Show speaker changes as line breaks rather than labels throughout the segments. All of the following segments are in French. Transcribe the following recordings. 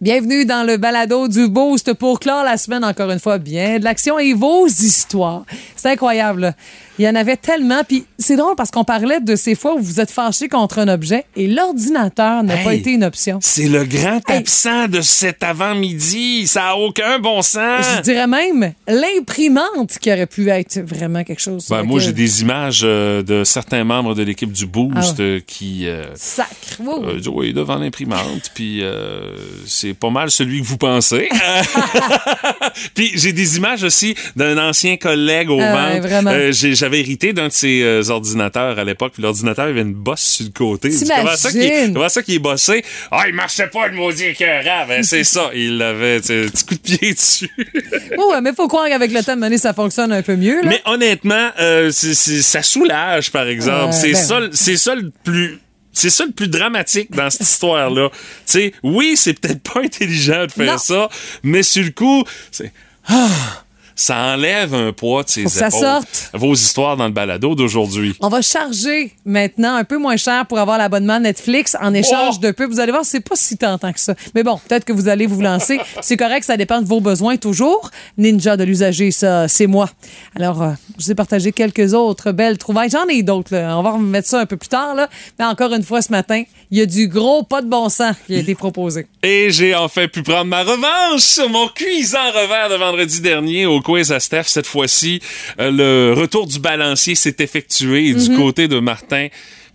Bienvenue dans le balado du Boost pour clore la semaine, encore une fois, bien de l'action et vos histoires. C'est incroyable. là. Il y en avait tellement. Puis c'est drôle parce qu'on parlait de ces fois où vous êtes fâché contre un objet et l'ordinateur n'a pas
Hey.
été une option.
C'est le grand absent de cet avant-midi. Ça a aucun bon sens.
Je dirais même l'imprimante qui aurait pu être vraiment quelque chose.
Ben,
sur
moi, j'ai
lequel-
des images euh, de certains membres de l'équipe du Boost
Ah.
euh, qui euh,
Sacre. Wow.
euh, disent, Oui, devant l'imprimante, puis euh, c'est pas mal celui que vous pensez. puis j'ai des images aussi d'un ancien collègue au
Ah ouais,
ventre. Euh,
vraiment.
j'ai- J'avais hérité d'un de ses euh, ordinateurs à l'époque, puis l'ordinateur avait une bosse sur le côté. Je dis, Comment ça qu'il est,
T'imagines?
comment ça qu'il est bossé? Ah, il marchait pas, le maudit écœurant! Ben, c'est ça, il avait tu sais, un petit coup de pied dessus.
Oh, ouais, mais faut croire qu'avec le temps, donné, ça fonctionne un peu mieux. Là.
Mais honnêtement, euh, c'est- c'est- ça soulage, par exemple.
Euh,
c'est
ben
ça, le- c'est ça le plus. C'est ça le plus dramatique dans cette histoire-là. Tu sais, oui, c'est peut-être pas intelligent de faire
Non.
ça, mais sur le coup, c'est. Ah! ça enlève un poids de ses
Faut que ça
épaules.
sorte.
Vos histoires dans le balado d'aujourd'hui.
On va charger maintenant un peu moins cher pour avoir l'abonnement Netflix en échange
Oh!
de peu. Vous allez voir, c'est pas si tentant que ça. Mais bon, peut-être que vous allez vous lancer. C'est correct, ça dépend de vos besoins toujours. Ninja de l'usager, ça, c'est moi. Alors, euh, je vous ai partagé quelques autres belles trouvailles. J'en ai d'autres, là. On va remettre ça un peu plus tard, là. Mais encore une fois, ce matin, il y a du gros pas de bon sens qui a été proposé.
Et j'ai enfin pu prendre ma revanche sur mon cuisant revers de vendredi dernier au quiz à Steph. Cette fois-ci, euh, le retour du balancier s'est effectué et
Mhm.
du côté de Martin.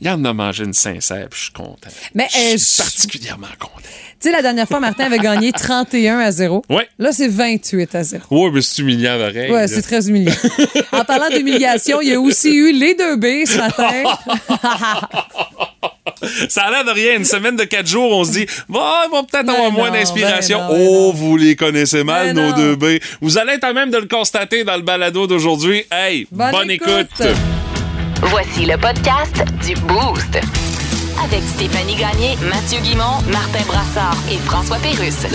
Il en a mangé une sincère, puis je suis content.
Mais,
je suis
euh, je-
particulièrement content.
Tu sais, la dernière fois, Martin avait gagné 31 à 0.
Ouais.
Là, c'est 28 à 0.
Ouais, mais c'est humiliant pareil.
Ouais,
là.
c'est très humiliant. en parlant d'humiliation, il y a aussi eu les deux B ce matin.
Ça a l'air de rien. Une semaine de quatre jours, on se dit, bon, ils vont peut-être
Ben
avoir moins
non,
d'inspiration.
ben non, ben
oh, vous les connaissez mal,
Ben
nos
non.
deux B. Vous allez être à même de le constater dans le balado d'aujourd'hui. Hey, bonne, écoute.
Voici le podcast du Boost. Avec Stéphanie Gagné, Mathieu Guimont, Martin Brassard et François Pérusse.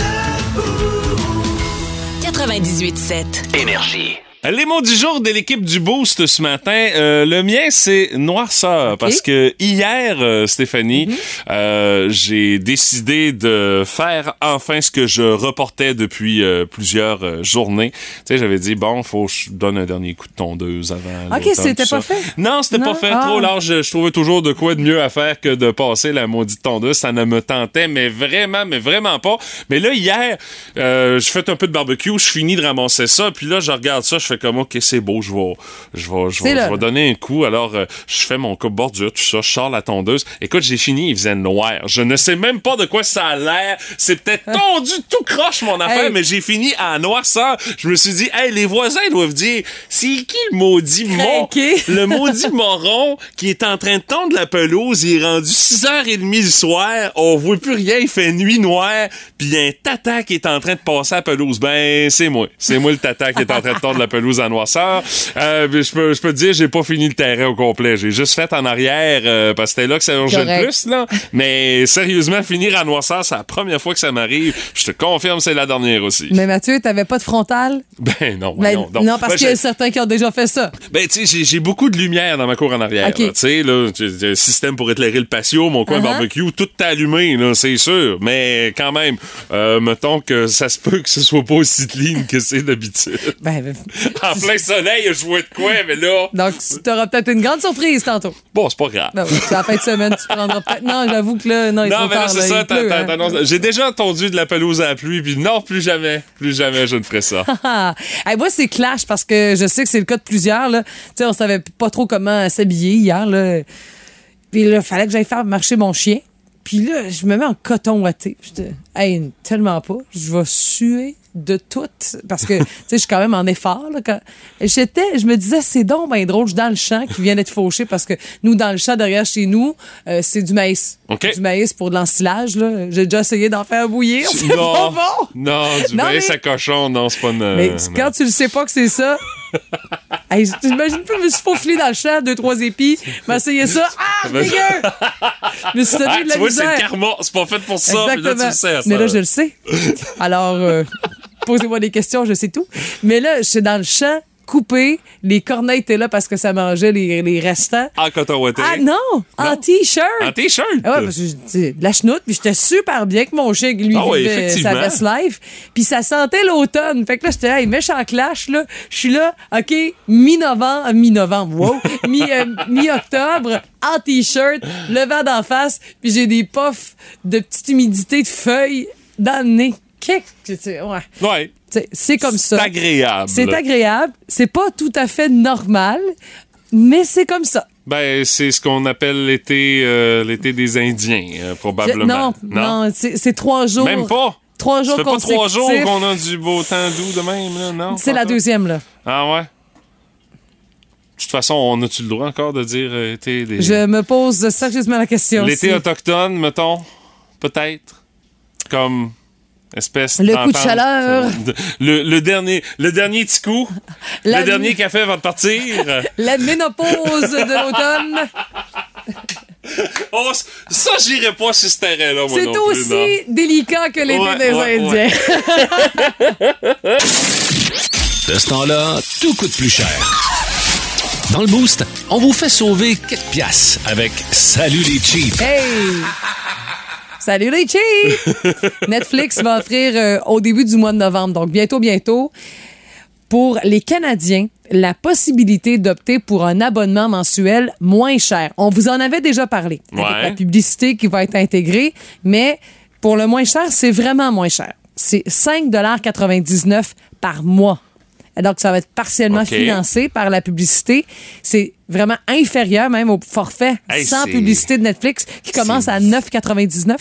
98.7.
Énergie.
Les mots du jour de l'équipe du Boost ce matin. Euh, le mien, c'est noirceur. Parce que hier, euh, Stéphanie,
Mhm.
euh, j'ai décidé de faire enfin ce que je reportais depuis euh, plusieurs euh, journées. Tu sais, j'avais dit, bon, faut que je donne un dernier coup de tondeuse avant.
Ok,
l'automne,
c'était
tout ça.
pas fait?
Non, c'était
Non?
pas fait.
Ah.
Trop large. Je trouvais toujours de quoi de mieux à faire que de passer la maudite tondeuse. Ça ne me tentait, mais vraiment, mais vraiment pas. Mais là, hier, euh, je fais un peu de barbecue. Je finis de ramasser ça. Puis là, je regarde ça. Je fais comme, OK, c'est beau. Je vais, je vais, je vais,
C'est là,
je vais
là.
donner un coup. Alors, euh, je fais mon coupe bordure, tout ça. Je sors la tondeuse. Écoute, j'ai fini. Il faisait noir. Je ne sais même pas de quoi ça a l'air. C'est peut-être tondu tout croche, mon affaire,
Hey.
mais j'ai fini à noirceur. Je me suis dit, hey, les voisins doivent dire, c'est qui le maudit mon-
Craqué.
le maudit moron qui est en train de tondre la pelouse, il est rendu 6h30 le soir, on voit plus rien, il fait nuit noire, puis il y a un tata qui est en train de passer la pelouse. Ben, c'est moi. C'est moi le tata qui est en train de tondre la pelouse en noirceur. Euh, puis je peux je peux te dire, j'ai pas fini le terrain au complet. J'ai juste fait en arrière, euh, parce que c'était là que ça urgeait le
Correct.
plus, là. Mais sérieusement, finir en noirceur, c'est la première fois que ça m'arrive. Je te confirme, c'est la dernière aussi.
Mais Mathieu, t'avais pas de frontal?
Ben non,
Ben,
voyons donc.
non, parce
Ben,
qu'il y
j'ai-
a certains qui ont déjà fait ça.
ben, tu sais, j'ai- j'ai beaucoup de lumière dans ma cour en arrière.
Ok.
là. Tu sais, là, j'ai- j'ai un système pour éclairer le patio, mon coin
Uh-huh.
barbecue, tout est allumé, là, c'est sûr. Mais quand même, euh, mettons que ça se peut que ce soit pas aussi clean que c'est d'habitude.
Ben,
en plein soleil, je vois de quoi, mais là,
donc, tu auras peut-être une grande surprise tantôt.
bon, c'est pas grave.
Ben oui, c'est la fin de semaine, tu te prendras peut-être. Non, j'avoue que là, non, il est
Non,
trop
mais là,
tard,
c'est
là,
ça,
il pleut,
t'as-
hein.
t'as- t'annonces- j'ai déjà entendu de la pelouse à la pluie, puis non, plus jamais, plus jamais je ne ferai ça.
Ah, Hey, moi, c'est clash parce que je sais que c'est le cas de plusieurs. Là. Tu sais, on savait pas trop comment s'habiller hier. Là. Puis là, fallait que j'aille faire marcher mon chien. Puis là, je me mets en coton ouaté. Je dis, hey, tellement pas. Je vais suer de tout parce que tu sais je suis quand même en effort là, quand j'étais je me disais c'est donc ben drôle je suis dans le champ qui vient d'être fauché parce que nous dans le champ derrière chez nous euh, c'est du maïs
OK.
du maïs pour de l'ensilage là j'ai déjà essayé d'en faire bouillir c'est pas
non,
bon
non, du
Non,
maïs
mais-
à cochon, non, c'est pas une.
mais
euh,
tu-
non.
quand tu le sais pas que c'est ça. hey, J'imagine plus, je me suis faufilé dans le champ, deux, trois épis, m'essayer ça. Ah,
Ben-
dégueu! je me suis donné
Ah,
de la
tu vois, c'est
misère.
le karma, c'est pas fait pour ça, puis là, tu le sais.
Mais là,
ça.
je le sais. Alors, euh, posez-moi des questions, je sais tout. Mais là, je suis dans le champ, coupé. Les corneilles étaient là parce que ça mangeait les, les restants.
En coton ouaté.
Ah non! En
Non.
t-shirt!
En t-shirt.
Ah ouais, parce que je- tu sais, de la chenoute, puis j'étais super bien que mon chien, lui,
Ah ouais,
vivait euh,
effectivement.
sa best life. Puis ça sentait l'automne. Fait que là, j'étais, hey, méchant clash, là. Je suis là, OK, mi-novembre, euh, mi-novembre, wow, Mi- euh, mi-octobre, en t-shirt, le vent d'en face, puis j'ai des puffs de petite humidité de feuilles dans le nez. Qu'est-ce que tu sais, ouais.
ouais.
Tu sais, C'est comme
C'est
ça.
agréable.
C'est agréable. C'est pas tout à fait normal, mais c'est comme ça.
Ben, c'est ce qu'on appelle l'été euh, l'été des Indiens, euh,
Je-
probablement.
non, non, c'est c'est trois jours.
Même pas.
Trois
Ça
jours
fait pas trois jours
consécutifs.
qu'on a du beau temps doux de même, là, non?
C'est la
Pas tout.
deuxième, là.
Ah ouais? De toute façon, on a-tu le droit encore de dire euh, été des...
Je me pose sérieusement la question.
L'été
si-
autochtone, mettons, peut-être, comme espèce
Le coup de
d'entente.
chaleur.
Le, le dernier, le dernier petit coup,
La-
le dernier café avant de partir.
La ménopause de l'automne.
Oh, c- ça, j'irais pas sur ce terrain-là, moi
C'est
non plus,
aussi
non.
délicat que l'été
Ouais,
des
ouais,
Indiens.
ouais.
De ce temps-là, tout coûte plus cher. Dans le boost, on vous fait sauver quelques piastres avec Salut les cheap.
Hey! Salut les cheap! Netflix va offrir euh, au début du mois de novembre, donc bientôt, bientôt, pour les Canadiens, la possibilité d'opter pour un abonnement mensuel moins cher. On vous en avait déjà parlé
Ouais.
avec la publicité qui va être intégrée, mais pour le moins cher, c'est vraiment moins cher. C'est 5,99 par mois. Donc, ça va être partiellement
OK.
financé par la publicité. C'est vraiment inférieur même au forfait
Hey,
sans
c'est-
publicité de Netflix qui commence
c'est-
à 9,99.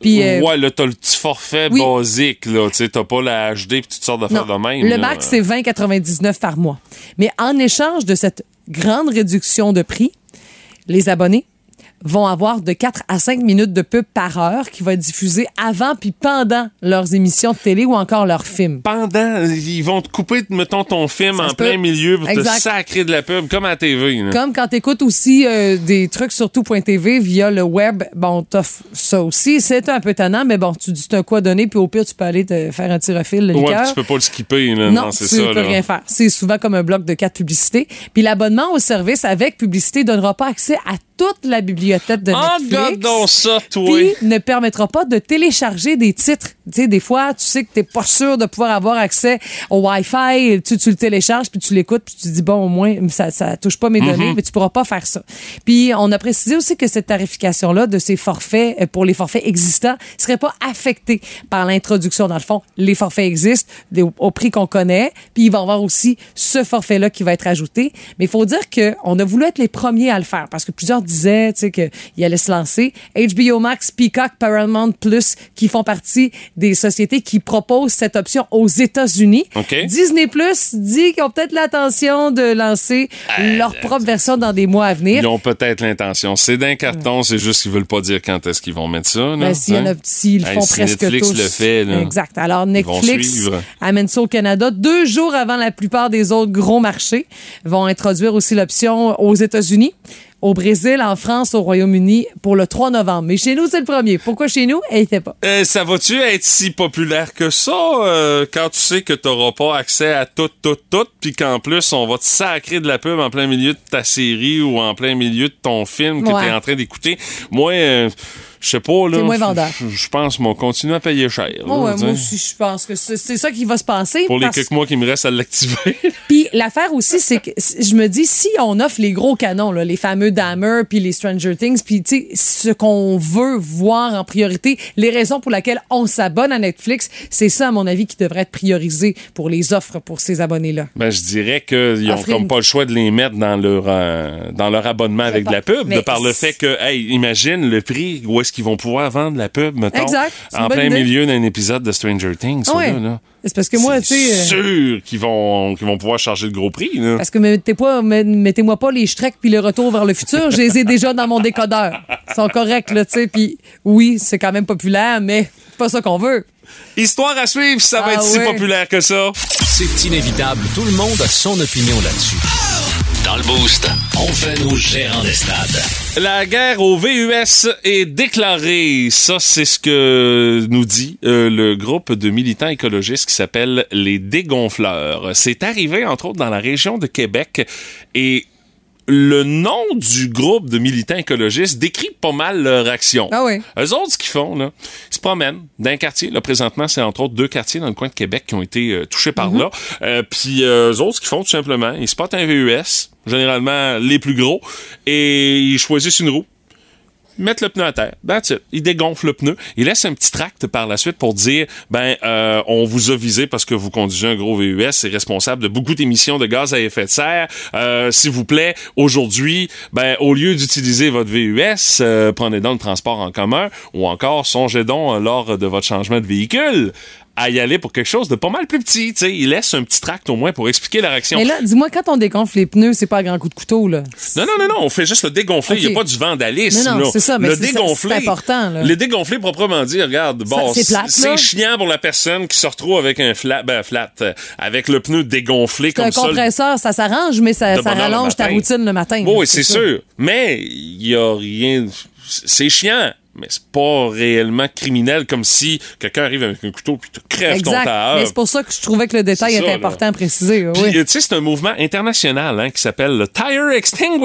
Puis euh,
Ouais, là, t'as le petit forfait
oui.
basique, là. Tu sais, t'as pas la HD pis toutes sortes d'affaires de
non,
même.
le
là.
max, c'est 20,99 par mois. Mais en échange de cette grande réduction de prix, les abonnés vont avoir de 4 à 5 minutes de pub par heure qui va être diffusée avant puis pendant leurs émissions de télé ou encore leurs films.
Pendant, ils vont te couper, mettons, ton film
Ça
en
se
plein
peut.
milieu pour
Exact.
te sacrer de la pub, comme à la TV. là.
Comme quand t'écoutes aussi euh, des trucs sur tout.tv via le web, bon, t'as f- ça aussi. C'est un peu tannant, mais bon, tu dis t'as quoi donner, puis au pire, tu peux aller te faire un tir à fil, le
Ouais,
liqueur.
pis tu peux pas le skipper, là. Non,
Non,
c'est
tu
ça, là.
peux rien faire. C'est souvent comme un bloc de quatre publicités. Puis l'abonnement au service avec publicité donnera pas accès à toute la bibliothèque de
Ah,
Netflix.
regarde donc ça, toi.
Puis ne permettra pas de télécharger des titres. Tu sais, des fois, tu sais que t'es pas sûr de pouvoir avoir accès au Wi-Fi. Tu, tu le télécharges, puis tu l'écoutes, puis tu dis, bon, au moins, ça, ça touche pas
Mhm.
mes données, mais tu pourras pas faire ça. Puis on a précisé aussi que cette tarification-là de ces forfaits, euh, pour les forfaits existants, serait pas affectée par l'introduction. Dans le fond, les forfaits existent des- au, au prix qu'on connaît, puis il va y avoir aussi ce forfait-là qui va être ajouté. Mais il faut dire qu'on a voulu être les premiers à le faire, parce que plusieurs disaient, tu sais, qu'ils allaient se lancer. HBO Max, Peacock, Paramount Plus, qui font partie des sociétés qui proposent cette option aux États-Unis.
OK.
Disney Plus dit qu'ils ont peut-être l'intention de lancer leur propre version dans des mois à venir.
Ils ont peut-être l'intention. C'est d'un carton, c'est juste qu'ils veulent pas dire quand est-ce qu'ils vont mettre ça. Là,
Ben, s'il y en a-
Hein?
s'ils le
Hey,
font
si
presque
Netflix
tous.
le fait, là.
Exact. Alors,
vont
Netflix
suivre.
amène ça au Canada deux jours avant la plupart des autres gros marchés. Vont introduire aussi l'option aux États-Unis, au Brésil, en France, au Royaume-Uni pour le 3 novembre. Mais chez nous, c'est le premier. Pourquoi chez nous? Eh, il fait pas.
Euh, ça va-tu être si populaire que ça euh, quand tu sais que t'auras pas accès à tout, tout, tout, puis qu'en plus on va te sacrer de la pub en plein milieu de ta série ou en plein milieu de ton film que
Ouais.
t'es en train d'écouter? Moi, euh, je sais pas, là.
T'es moins
je-
vendeur.
je- Je pense qu'on continue à payer cher. là,
Moi, ouais,
tu
moi
sais.
aussi, je pense que c'est c'est ça qui va se passer.
Oh, Pour les
parce-
quelques mois qui me restent à l'activer.
Puis l'affaire aussi, c'est que c- je me dis, si on offre les gros canons, là, les fameux Dahmer, puis les Stranger Things, puis tu sais, ce qu'on veut voir en priorité, les raisons pour lesquelles on s'abonne à Netflix, c'est ça, à mon avis, qui devrait être priorisé pour les offres pour ces abonnés-là. Ah
Ben, je dirais qu'ils ont
Offrir
comme
une-
pas le choix de les mettre dans leur, euh, dans leur abonnement avec de la pub,
Mais
de par le
c'est-
fait que, hey, imagine le prix, où est-ce qu'ils vont pouvoir vendre la pub, mettons,
Exact, c'est une
en
bonne
plein
idée.
milieu d'un épisode de Stranger Things. ça,
Ouais.
là, là.
C'est parce que moi, tu
C'est
sais. euh,
sûr qu'ils vont, qu'ils vont pouvoir charger le gros prix. Là.
Parce que mettez pas, met- mettez-moi pas les Shrek puis le retour vers le futur, je les ai déjà dans mon décodeur. Ils sont corrects, là, tu sais. Puis oui, c'est quand même populaire, mais c'est pas ça qu'on veut.
Histoire à suivre, ça va
Ah
être si
ouais.
populaire que ça.
C'est inévitable, tout le monde a son opinion là-dessus. Dans le boost, on fait nos gérants des stades.
La guerre au VUS est déclarée. Ça, c'est ce que nous dit euh, le groupe de militants écologistes qui s'appelle les Dégonfleurs. C'est arrivé, entre autres, dans la région de Québec et le nom du groupe de militants écologistes décrit pas mal leur action.
Ah oui.
Eux autres, ce qu'ils font, là, ils se promènent d'un quartier. Là, présentement, c'est entre autres deux quartiers dans le coin de Québec qui ont été euh, touchés par
Mhm.
là. Euh, Puis euh, eux autres, ce qu'ils font, tout simplement, ils spotent un VUS, généralement les plus gros, et ils choisissent une roue mettre le pneu à terre. That's it. Il dégonfle le pneu. Il laisse un petit tract par la suite pour dire, ben, euh, on vous a visé parce que vous conduisez un gros VUS, c'est responsable de beaucoup d'émissions de gaz à effet de serre. Euh, S'il vous plaît, aujourd'hui, ben, au lieu d'utiliser votre VUS, euh, prenez donc le transport en commun ou encore songez donc euh, lors de votre changement de véhicule à y aller pour quelque chose de pas mal plus petit. Tu sais, il laisse un petit tract au moins pour expliquer leur action.
Mais là, dis-moi, quand on dégonfle les pneus, c'est pas à grand coup de couteau, là.
Non, non, non, non, on fait juste le dégonfler. Il
Ok.
n'y a pas du vandalisme.
Non, non,
là.
c'est ça, mais
le
c'est- c'est-
dégonfler,
c'est important, là.
Le dégonfler, proprement dit, regarde, bon,
c'est
c'est
plate, là.
c'est chiant pour la personne qui se retrouve avec un flat, ben, flat, euh, avec le pneu dégonflé
Un
comme ça. le-
compresseur, ça s'arrange, mais ça,
de
ça
bonne heure le
rallonge ta
matin.
routine le matin.
Oui,
là,
c'est
ça.
sûr. Mais il y a rien. C'est chiant. Mais c'est pas réellement criminel comme si quelqu'un arrive avec un couteau puis tu crèves ton
Exact.
tailleur.
Mais c'est pour ça que je trouvais que le détail
C'est
était
ça,
important à préciser.
Puis,
oui.
euh, tu sais, c'est un mouvement international hein, qui s'appelle le Tire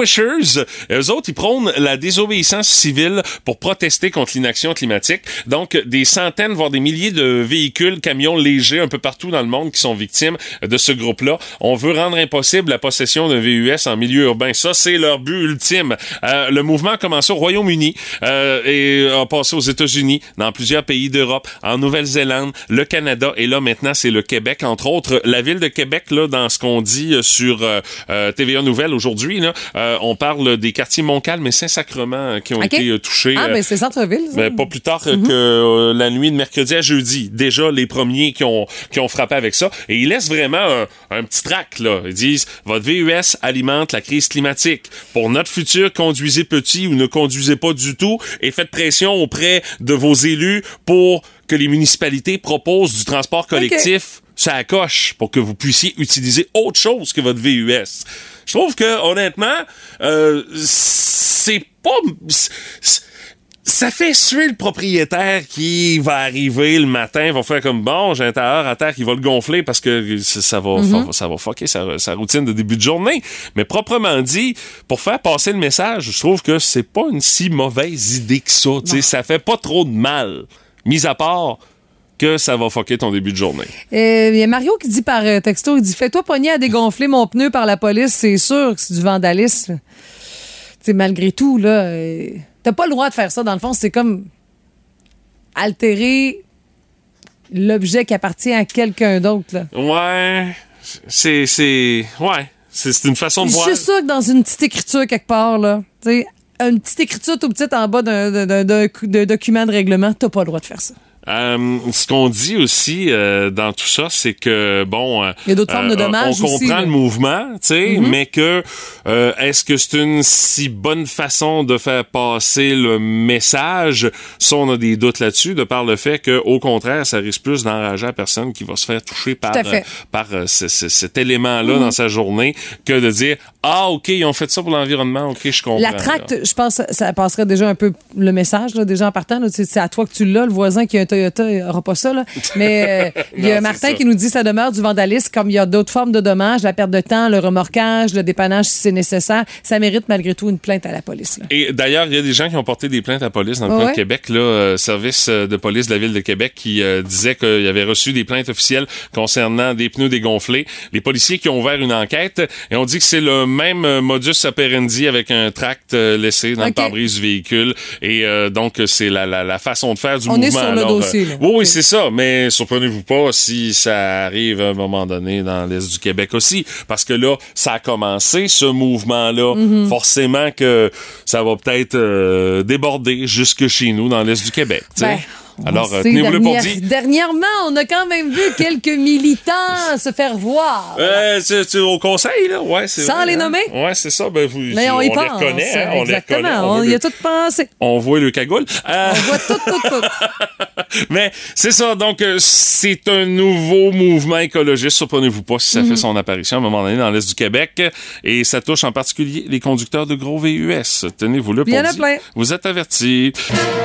Extinguishers. Eux autres, ils prônent la désobéissance civile pour protester contre l'inaction climatique. Donc, euh, des centaines, voire des milliers de véhicules, camions légers un peu partout dans le monde qui sont victimes euh, de ce groupe-là. On veut rendre impossible la possession d'un VUS en milieu urbain. Ça, c'est leur but ultime. Euh, le mouvement a commencé au Royaume-Uni euh, et a passé aux États-Unis, dans plusieurs pays d'Europe, en Nouvelle-Zélande, le Canada et là maintenant c'est le Québec. Entre autres, la ville de Québec là dans ce qu'on dit euh, sur euh, euh, TVA Nouvelle aujourd'hui là, euh, on parle des quartiers Montcalm et Saint-Sacrement euh, qui ont
OK.
été euh, touchés.
Ah,
euh,
ben c'est centre-ville. ça.
ben, pas plus tard euh, que euh, la nuit de mercredi à jeudi. Déjà, les premiers qui ont, qui ont frappé avec ça. Et ils laissent vraiment un, un petit trac, là. Ils disent, votre VUS alimente la crise climatique. Pour notre futur, conduisez petit ou ne conduisez pas du tout et faites pression auprès de vos élus pour que les municipalités proposent du transport collectif. Ça coche pour que vous puissiez utiliser autre chose que votre VUS. Je trouve que, honnêtement, euh, c'est pas... c'est- c'est- ça fait suer le propriétaire qui va arriver le matin, va faire comme bon, j'ai un tailleur à terre qui va le gonfler parce que ça ça va, fa- ça va fucker sa, sa routine de début de journée. Mais proprement dit, pour faire passer le message, je trouve que c'est pas une si mauvaise idée que ça. tu sais, Ça fait pas trop de mal, mis à part que ça va fucker ton début de journée.
Euh, Il y a Mario qui dit par euh, texto, il dit Fais-toi pogner à dégonfler mon pneu par la police, c'est sûr que c'est du vandalisme. Tu sais, malgré tout, là, euh, t'as pas le droit de faire ça. Dans le fond, c'est comme altérer l'objet qui appartient à quelqu'un d'autre. là.
Ouais, c'est... c'est ouais, c'est c'est une façon de
Je
voir.
suis sûre que dans une petite écriture quelque part, là, tu sais, une petite écriture tout petite en bas d'un- d'un- d'un d'un cou- d'un document de règlement, t'as pas le droit de faire ça.
Euh, ce qu'on dit aussi euh, dans tout ça, c'est que bon, euh,
Il y a d'autres formes de
euh,
dommages
On comprend
aussi, là. Mm-hmm.
le mouvement, tu sais, mais que euh, est-ce que c'est une si bonne façon de faire passer le message Ça, on a des doutes là-dessus, de par le fait que, au contraire, ça risque plus d'enrager la personne qui va se faire toucher par
à fait. Mm-hmm.
euh, par euh, ce- ce- cet élément-là dans sa journée, que de dire ah ok, ils ont fait ça pour l'environnement, ok, je comprends.
La
là.
tracte, je pense, ça passerait déjà un peu le message, là, déjà en partant. là. C'est c'est à toi que tu l'as, le voisin qui a un Toyota il aura pas ça. là. Mais euh, il y
Non,
a
c'est
Martin
ça.
qui nous dit ça demeure du vandalisme, comme il y a d'autres formes de dommages, la perte de temps, le remorquage, le dépannage si c'est nécessaire. Ça mérite malgré tout une plainte à la police. là.
Et d'ailleurs, il y a des gens qui ont porté des plaintes à la police dans le
Ah
coin
ouais?
de Québec, là, euh, service euh, de police de la ville de Québec qui euh, disait qu'il avait reçu des plaintes officielles concernant des pneus dégonflés. Les policiers qui ont ouvert une enquête et ont dit que c'est le même euh, modus operandi avec un tract euh, laissé dans le
Ok.
pare-brise du véhicule et euh, donc c'est la, la, la façon de faire du
On est
mouvement.
sur le
Alors, euh,
dossier, là.
oui, oui,
Ok.
c'est ça, mais surprenez-vous pas si ça arrive à un moment donné dans l'Est du Québec aussi, parce que là, ça a commencé, ce mouvement-là.
Mhm.
Forcément que ça va peut-être euh, déborder jusque chez nous, dans l'Est du Québec. tu sais.
Ben,
Alors,
On
euh,
sait,
tenez-vous-le pour
dernière-
dit.
Dernièrement, on a quand même vu quelques militants se faire voir.
Euh, c'est- c'est au conseil, là, ouais. c'est
Sans
vrai,
les
hein.
nommer.
Ouais, c'est ça. Ben, vous-
Mais on y
les
pense.
reconnaît, hein, on les
Exactement.
reconnaît.
On
voit
y
le-
a tout pensé.
on voit le cagoule. Euh,
On voit tout, tout, tout.
Mais c'est ça, donc euh, c'est un nouveau mouvement écologiste, surprenez-vous pas si ça
Mhm.
fait son apparition à un moment donné dans l'Est du Québec, euh, et ça touche en particulier les conducteurs de gros VUS. Tenez-vous le
Il y en a
dire.
plein.
Vous êtes avertis.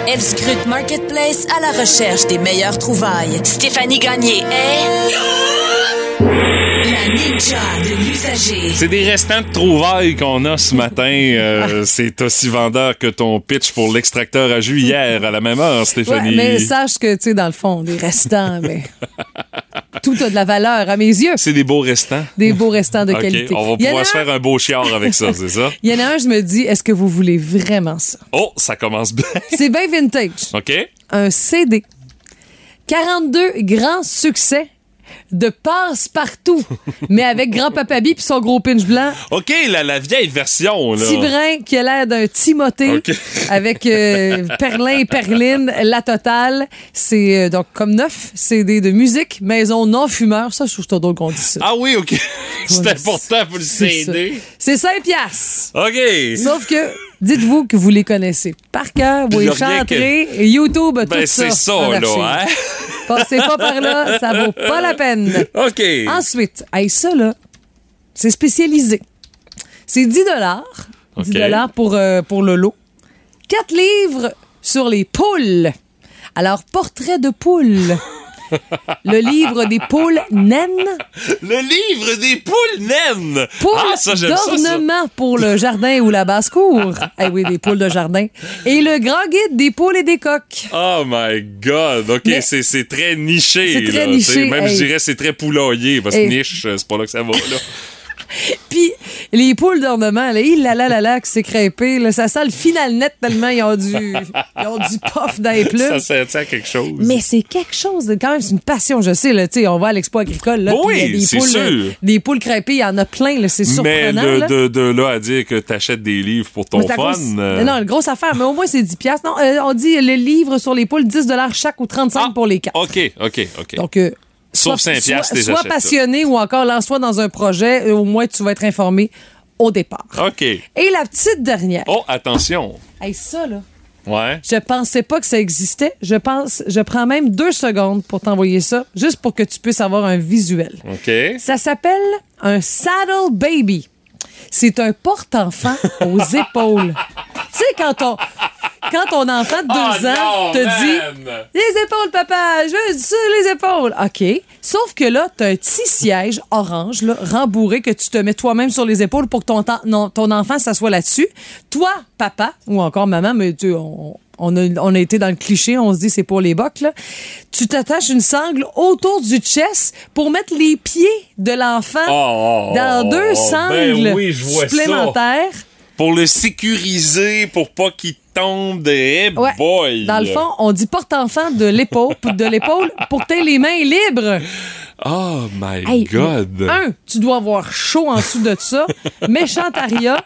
Elle scrute Marketplace à la recherche des meilleures trouvailles.
Stéphanie Gagné est
La ninja de l'usager.
C'est des restants de trouvailles qu'on a ce matin. Euh, c'est aussi vendeur que ton pitch pour l'extracteur à jus hier à la même heure, Stéphanie.
Ouais, mais sache que, tu sais, dans le fond, des restants, mais tout a de la valeur à mes yeux.
C'est des beaux restants.
Des beaux restants de
OK,
qualité.
on va
Il y en a
pouvoir se
un-
faire un beau chiard avec ça, c'est ça?
Il y en a un, je me dis, est-ce que vous voulez vraiment ça?
Oh, ça commence bien.
C'est bien vintage.
OK?
Un CD. 42 grands succès de passe-partout, mais avec grand-papa Bi puis son gros pinch blanc.
OK, la, la vieille version, là.
Petit brin qui a l'air d'un Timothée
OK.
avec euh, perlin et perline, la totale. C'est euh, donc comme neuf CD de musique, maison non-fumeur. Ça, je trouve ça drôle qu'on dit ça.
Ah oui, OK. C'est
Ouais,
important pour le
c'est ça.
CD.
C'est 5 piastres.
OK.
Sauf que, dites-vous que vous les connaissez par cœur, vous
Il y
les
a rien
chanterez, YouTube,
Ben,
tout ça.
c'est ça,
en archive.
là, hein?
Passez pas par là, ça vaut pas la peine.
OK.
Ensuite, hey, ça, là, c'est spécialisé. C'est 10 10 pour, euh, pour le lot. 4 livres sur les poules. Alors, portrait de poule. le livre des poules naines.
Le livre des poules naines.
Poules
ah, ça, j'aime ça, ça.
d'ornement pour le jardin ou la basse-cour. Eh oui, des poules de jardin. Et le grand guide des poules et des coques.
Oh my God. OK,
Mais-
c'est c'est très niché.
C'est très
là, tu sais.
niché,
Même,
hey.
je dirais, c'est très poulailler. Parce que
Hey.
niche, euh, c'est pas là que ça va. Là.
Puis les poules d'ornement, là, il la la la la, qui s'est crêpé, là, ça sent le final net tellement ils ont du, ils ont du puff dans les
ça
plumes.
sert à quelque chose.
Mais c'est quelque chose, de, quand même, c'est une passion, je sais, là, tu sais, on va à l'expo agricole, là,
Oui,
puis il y a des
c'est
poules,
sûr.
euh, des poules crêpées, il y en a plein, là, c'est
Mais
surprenant,
de,
là.
de, de là à dire que t'achètes des livres pour ton
Mais c'est à
fun.
cause-
euh,
Non, une grosse affaire, mais au moins c'est 10 piastres. Non, euh, on dit le livre sur les poules, 10 chaque ou 35
ah,
pour les quatre.
OK, OK, OK.
Donc, euh,
Sauf
sois-
5 piastres,
sois,
les
sois
achètes, là.
passionné ou encore lance-toi dans un projet, euh, au moins tu vas être informé au départ.
OK.
Et la petite dernière.
Oh, attention.
Hey, ça, là,
Ouais.
je pensais pas que ça existait. Je pense, je prends même deux secondes pour t'envoyer ça, juste pour que tu puisses avoir un visuel.
OK.
Ça s'appelle un saddle baby. C'est un porte-enfant aux épaules. tu sais, quand on. Quand ton enfant de deux ans
Ah Oh non,
te
man!
dit Les épaules, papa, je veux sur les épaules. OK. Sauf que là, t'as un petit siège orange, là, rembourré, que tu te mets toi-même sur les épaules pour que ton, ten- non, ton enfant s'assoie là-dessus. Toi, papa, ou encore maman, mais tu- on, on a, on a été dans le cliché, on se dit c'est pour les bocs, là. Tu t'attaches une sangle autour du chest pour mettre les pieds de l'enfant
Oh, oh,
dans
oh,
deux
oh, ben
sangles
oui, je vois ça.
supplémentaires.
pour le sécuriser, pour pas qu'il tombe des
Ouais.
boy.
Dans le fond, on dit porte-enfant de l'épaule, de l'épaule pour que t'aies les mains libres.
Oh my
Hey,
God.
mais Un, tu dois avoir chaud en dessous de ça. Méchantariat.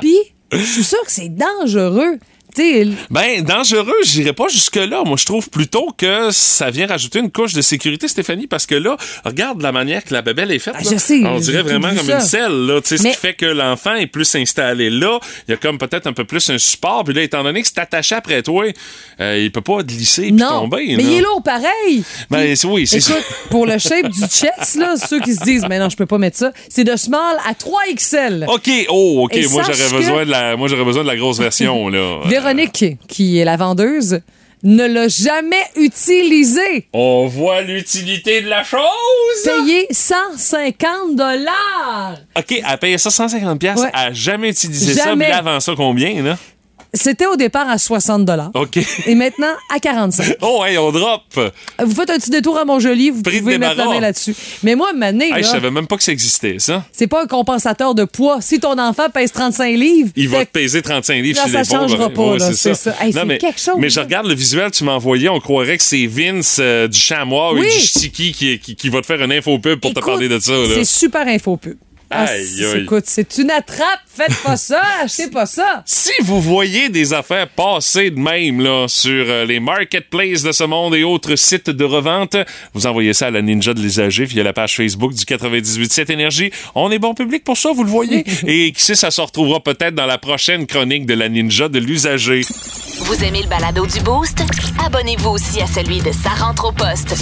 Puis, je suis sûre que c'est dangereux. Tu sais, l-
Ben, dangereux, j'irai pas jusque-là. Moi, je trouve plutôt que ça vient rajouter une couche de sécurité, Stéphanie, parce que là, regarde la manière que la babelle est faite.
Ah,
là.
je sais,
On dirait
j'ai
vraiment
vu
comme
ça.
une selle, là. Tu sais, ce
Mais-
qui fait que l'enfant est plus installé là. Il y a comme peut-être un peu plus un support. Puis là, étant donné que c'est attaché après toi, euh, il peut pas glisser puis
non.
tomber.
mais
là.
il est lourd pareil.
Ben,
Puis,
c'est- oui, c'est
Écoute, pour le shape du chest, là, ceux qui se disent, mais non, je peux pas mettre ça, c'est de small à 3XL.
OK, oh, OK.
Et
moi,
sache
j'aurais
que-
besoin, de la... moi, j'aurais besoin de la grosse version, là.
Véronique, qui est la vendeuse, ne l'a jamais utilisé.
On voit l'utilité de la chose!
Payé 150 dollars.
OK, elle a payé ça 150$, pièces,
Ouais.
elle a jamais utilisé ça,
Jamais.
mais là, avant ça, combien, là?
C'était au départ à 60 dollars
OK.
et maintenant à 45.
Oh, hey, on drop!
Vous faites un petit détour à Montjoli, vous
Prix de
pouvez mettre la
débarras.
main là-dessus. Mais moi, Mané,
Hey, je
là,
savais même pas que ça existait, ça.
c'est pas un compensateur de poids. Si ton enfant pèse 35 livres,
Il va
fait
te peser 35 livres
Là,
sur
ça
l'épaule.
changera pas,
Ouais,
là, c'est ça. Hey,
Non,
c'est
mais-
quelque chose,
Mais je
là.
regarde le visuel que tu m'as envoyé, on croirait que c'est Vince euh, du chamois
Oui.
et du Sticky qui, qui, qui va te faire une info pub pour te
écoute,
parler de ça. là.
C'est super info pub. Ah,
Aïe,
c'est-
aïe.
Écoute, c'est une attrape. Faites pas ça. Achetez pas ça.
Si vous voyez des affaires passer de même là, sur euh, les marketplaces de ce monde et autres sites de revente, vous envoyez ça à la Ninja de l'usager via la page Facebook du 98.7 Énergie. On est bon public pour ça, vous le voyez. Et qui sait, ça se retrouvera peut-être dans la prochaine chronique de la Ninja de l'usager.
Vous aimez le balado du Boost? Abonnez-vous aussi à celui de Sa rentre au poste.